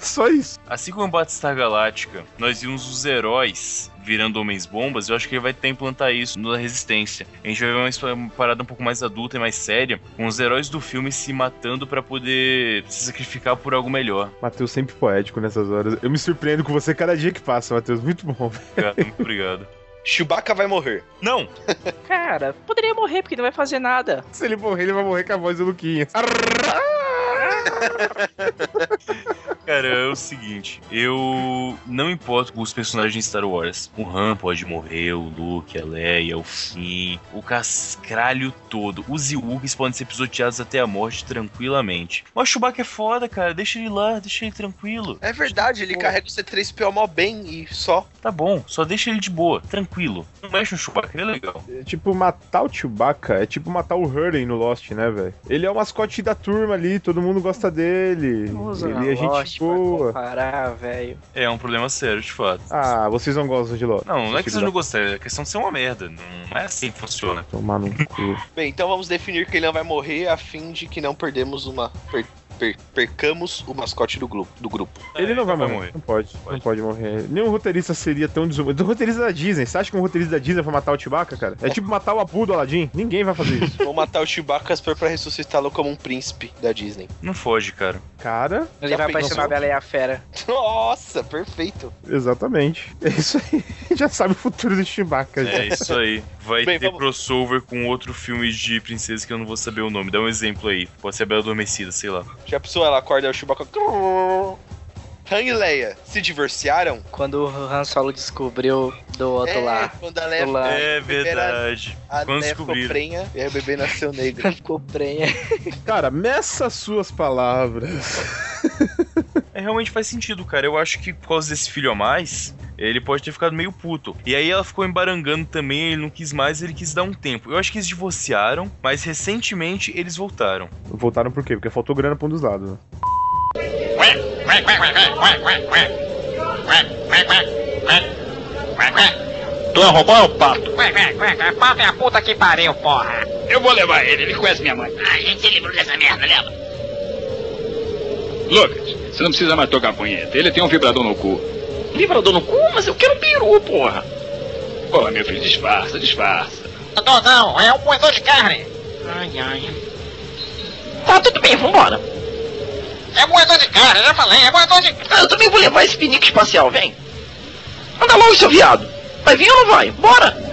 B: só isso.
F: Assim como em Battlestar Galáctica, nós vimos os heróis virando homens bombas, eu acho que ele vai tentar implantar isso na Resistência. A gente vai ver uma história- uma parada um pouco mais adulta e mais séria, com os heróis do filme se matando pra poder se sacrificar por algo melhor.
B: Matheus sempre poético nessas horas. Eu me surpreendo com você cada dia que passa, Matheus. Muito bom.
F: Obrigado, muito obrigado.
D: Chewbacca vai morrer.
F: Não!
E: Cara, poderia morrer porque não vai fazer nada.
B: Se ele morrer, ele vai morrer com a voz do Luquinhas.
F: Cara, é o seguinte, eu não importo com os personagens de Star Wars. O Han pode morrer, o Luke, a Leia, o Finn, o cascralho todo. Os Ewoks podem ser pisoteados até a morte tranquilamente. Mas o Chewbacca é foda, cara, deixa ele lá, deixa ele tranquilo.
D: É verdade, ele
F: Pô.
D: carrega o C3PO mó bem e só.
F: Tá bom, só deixa ele de boa, tranquilo. Não mexe no Chewbacca, ele é legal.
B: É tipo, matar o Chewbacca é tipo matar o Hurley no Lost, né, velho? Ele é o mascote da turma ali, todo mundo gosta dele. ele é gente boa.
E: Parar, velho.
F: É um problema sério, de fato.
B: Ah, vocês não gostam de Lost.
F: Não, não é que
B: Filho
F: vocês não
B: da-
F: gostaram, é questão de ser uma merda. Não é assim que funciona.
B: Tomar no cu.
D: Bem, então vamos definir que ele não vai morrer a fim de que não perdemos uma. per- per- percamos o mascote do, glu- do grupo.
B: Ele não vai morrer.
F: É, então morrer.
B: Não pode. Não pode morrer. Nenhum roteirista seria tão desumano. O roteirista da Disney. Você acha que um roteirista da Disney vai matar o Chewbacca, cara? É tipo matar o Abu do Aladdin. Ninguém vai fazer isso.
D: Vou matar o Chewbacca só pra ressuscitá-lo como um príncipe da Disney.
F: Não foge, cara.
B: Cara,
E: Ele
D: Já
E: vai aparecer
D: pensou?
E: na Bela e a Fera.
D: Nossa, perfeito.
B: exatamente. É isso aí. Já sabe o futuro do Chewbacca.
F: É
B: gente.
F: isso aí. Vai
D: Bem,
F: ter
D: vamos-
F: crossover com outro filme de princesa que eu não vou saber o nome. Dá um exemplo aí. Pode ser a Bela Adormecida, sei lá.
D: Já pensou ela acorda o Chewbacca. Han e Leia se divorciaram?
E: Quando o Han Solo descobriu do outro
D: é,
E: lá.
D: Quando a Leia,
E: Do lá.
F: É
D: primeira-
F: verdade.
D: a
F: Quando
D: Leia ficou
F: descobriram.
D: prenha e aí o bebê nasceu negro.
E: Ficou prenha.
B: Cara, meça suas palavras.
F: É, realmente faz sentido, cara. Eu acho que por causa desse filho a mais, Ele pode ter ficado meio puto. E aí ela ficou embarangando também, ele não quis mais, ele quis dar um tempo. Eu acho que eles divorciaram, mas recentemente eles voltaram.
B: Voltaram por quê? Porque faltou grana pra um dos lados. né?
C: Tu é roubou ou pato?
J: Pato é a puta que pariu, porra. Ah,
C: Eu vou levar ele, ele conhece minha mãe.
J: A gente se livrou dessa merda, lembra?
C: Lucas, você não precisa mais tocar a punheta, ele tem um vibrador no cu.
J: Livrador no cu, mas eu quero um peru, porra.
C: Pô, meu filho, disfarça, disfarça.
J: Não, não, é um moedor de carne. Ai, ai. Tá, tudo bem, vambora. É moedor de carne, eu já falei, é moedor de... Eu também vou levar esse pinico espacial, vem. Anda logo, seu viado. Vai vir ou não vai? Bora.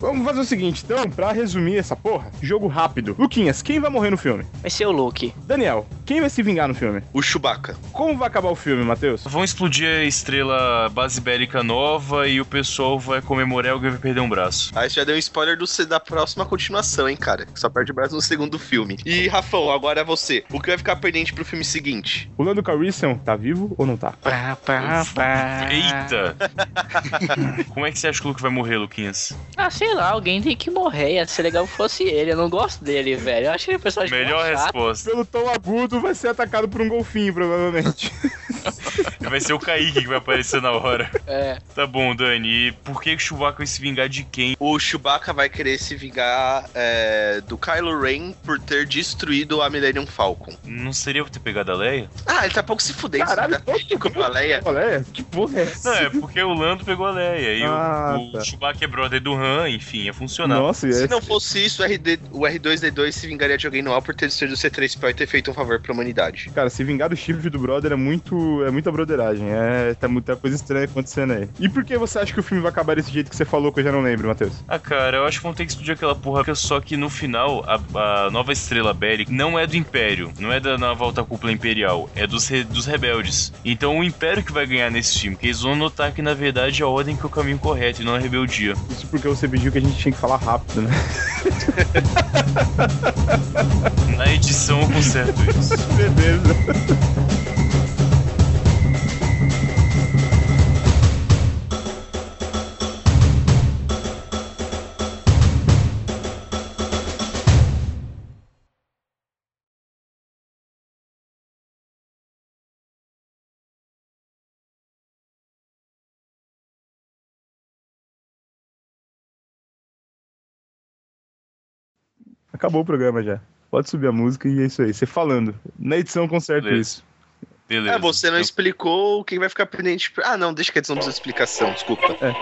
B: Vamos fazer o seguinte, então, pra resumir essa porra, jogo rápido. Luquinhas, quem vai morrer no filme?
E: Vai ser o Luke.
B: Daniel, quem vai se vingar no filme?
D: O Chewbacca.
B: Como vai acabar o filme, Matheus?
F: Vão explodir a estrela base bélica nova e o pessoal vai comemorar e alguém vai perder um braço.
D: Aí você já deu um spoiler do, da próxima continuação, hein, cara. Que Só perde o braço no segundo filme. E, Rafão, agora é você. O que vai ficar pendente pro filme seguinte?
B: O Lando Calrissian tá vivo ou não tá?
E: Pá, pá,
F: Ah.
E: pá.
F: Eita! Como é que você acha que o Luke vai morrer, Luquinhas?
E: Ah, sei lá, alguém tem que morrer. Ia ser legal se fosse ele. Eu não gosto dele, velho. Eu acho ele um personagem
F: Melhor
E: mó chato.
F: resposta.
B: Pelo tom agudo, vai ser atacado por um golfinho, provavelmente.
F: Vai ser o Kaique que vai aparecer na hora.
E: É.
F: Tá bom, Dani. E por que que o Chewbacca vai se vingar de quem?
D: O Chewbacca vai querer se vingar é, do Kylo Ren por ter destruído a Millennium Falcon.
F: Não seria eu ter pegado a Leia?
D: Ah, ele tá pouco se fudendo.
B: Caralho,
D: sabe? com a Leia.
B: Olha, que porra é essa?
F: Não, é porque o Lando pegou a Leia. E o-
B: Ah,
F: o,
B: tá.
F: Chewbacca é brother do Han, enfim, ia funcionar.
B: Nossa,
D: Se
B: é.
D: não fosse isso, o, RD, o R2D2 se vingaria de alguém no ar por ter destruído o C3PO e ter feito um favor pra humanidade.
B: Cara, se vingar do chifre do brother é muito. é muita broderagem. É, tá muita coisa estranha acontecendo aí. E por que você acha que o filme vai acabar desse jeito que você falou que eu já não lembro, Matheus?
F: Ah, cara, eu acho que vão ter que explodir aquela porra. porque Só que no final, a, a nova estrela bélica não é do Império, não é da naval da cúpula imperial, é dos, re- dos rebeldes. Então o Império que vai ganhar nesse time, que eles vão notar que na verdade a ordem que é o caminho correto e não a rebeldia.
B: Isso porque você pediu que a gente tinha que falar rápido, né?
F: Na edição eu conserto isso.
B: Beleza. Acabou o programa já. Pode subir a música e é isso aí. Você falando. Na edição conserta
F: Beleza.
B: isso.
F: Beleza. então.
D: Ah, você não
F: Eu-
D: explicou quem vai ficar pendente. pra- Ah, não, deixa que eles não precisam de explicação, desculpa.
F: é.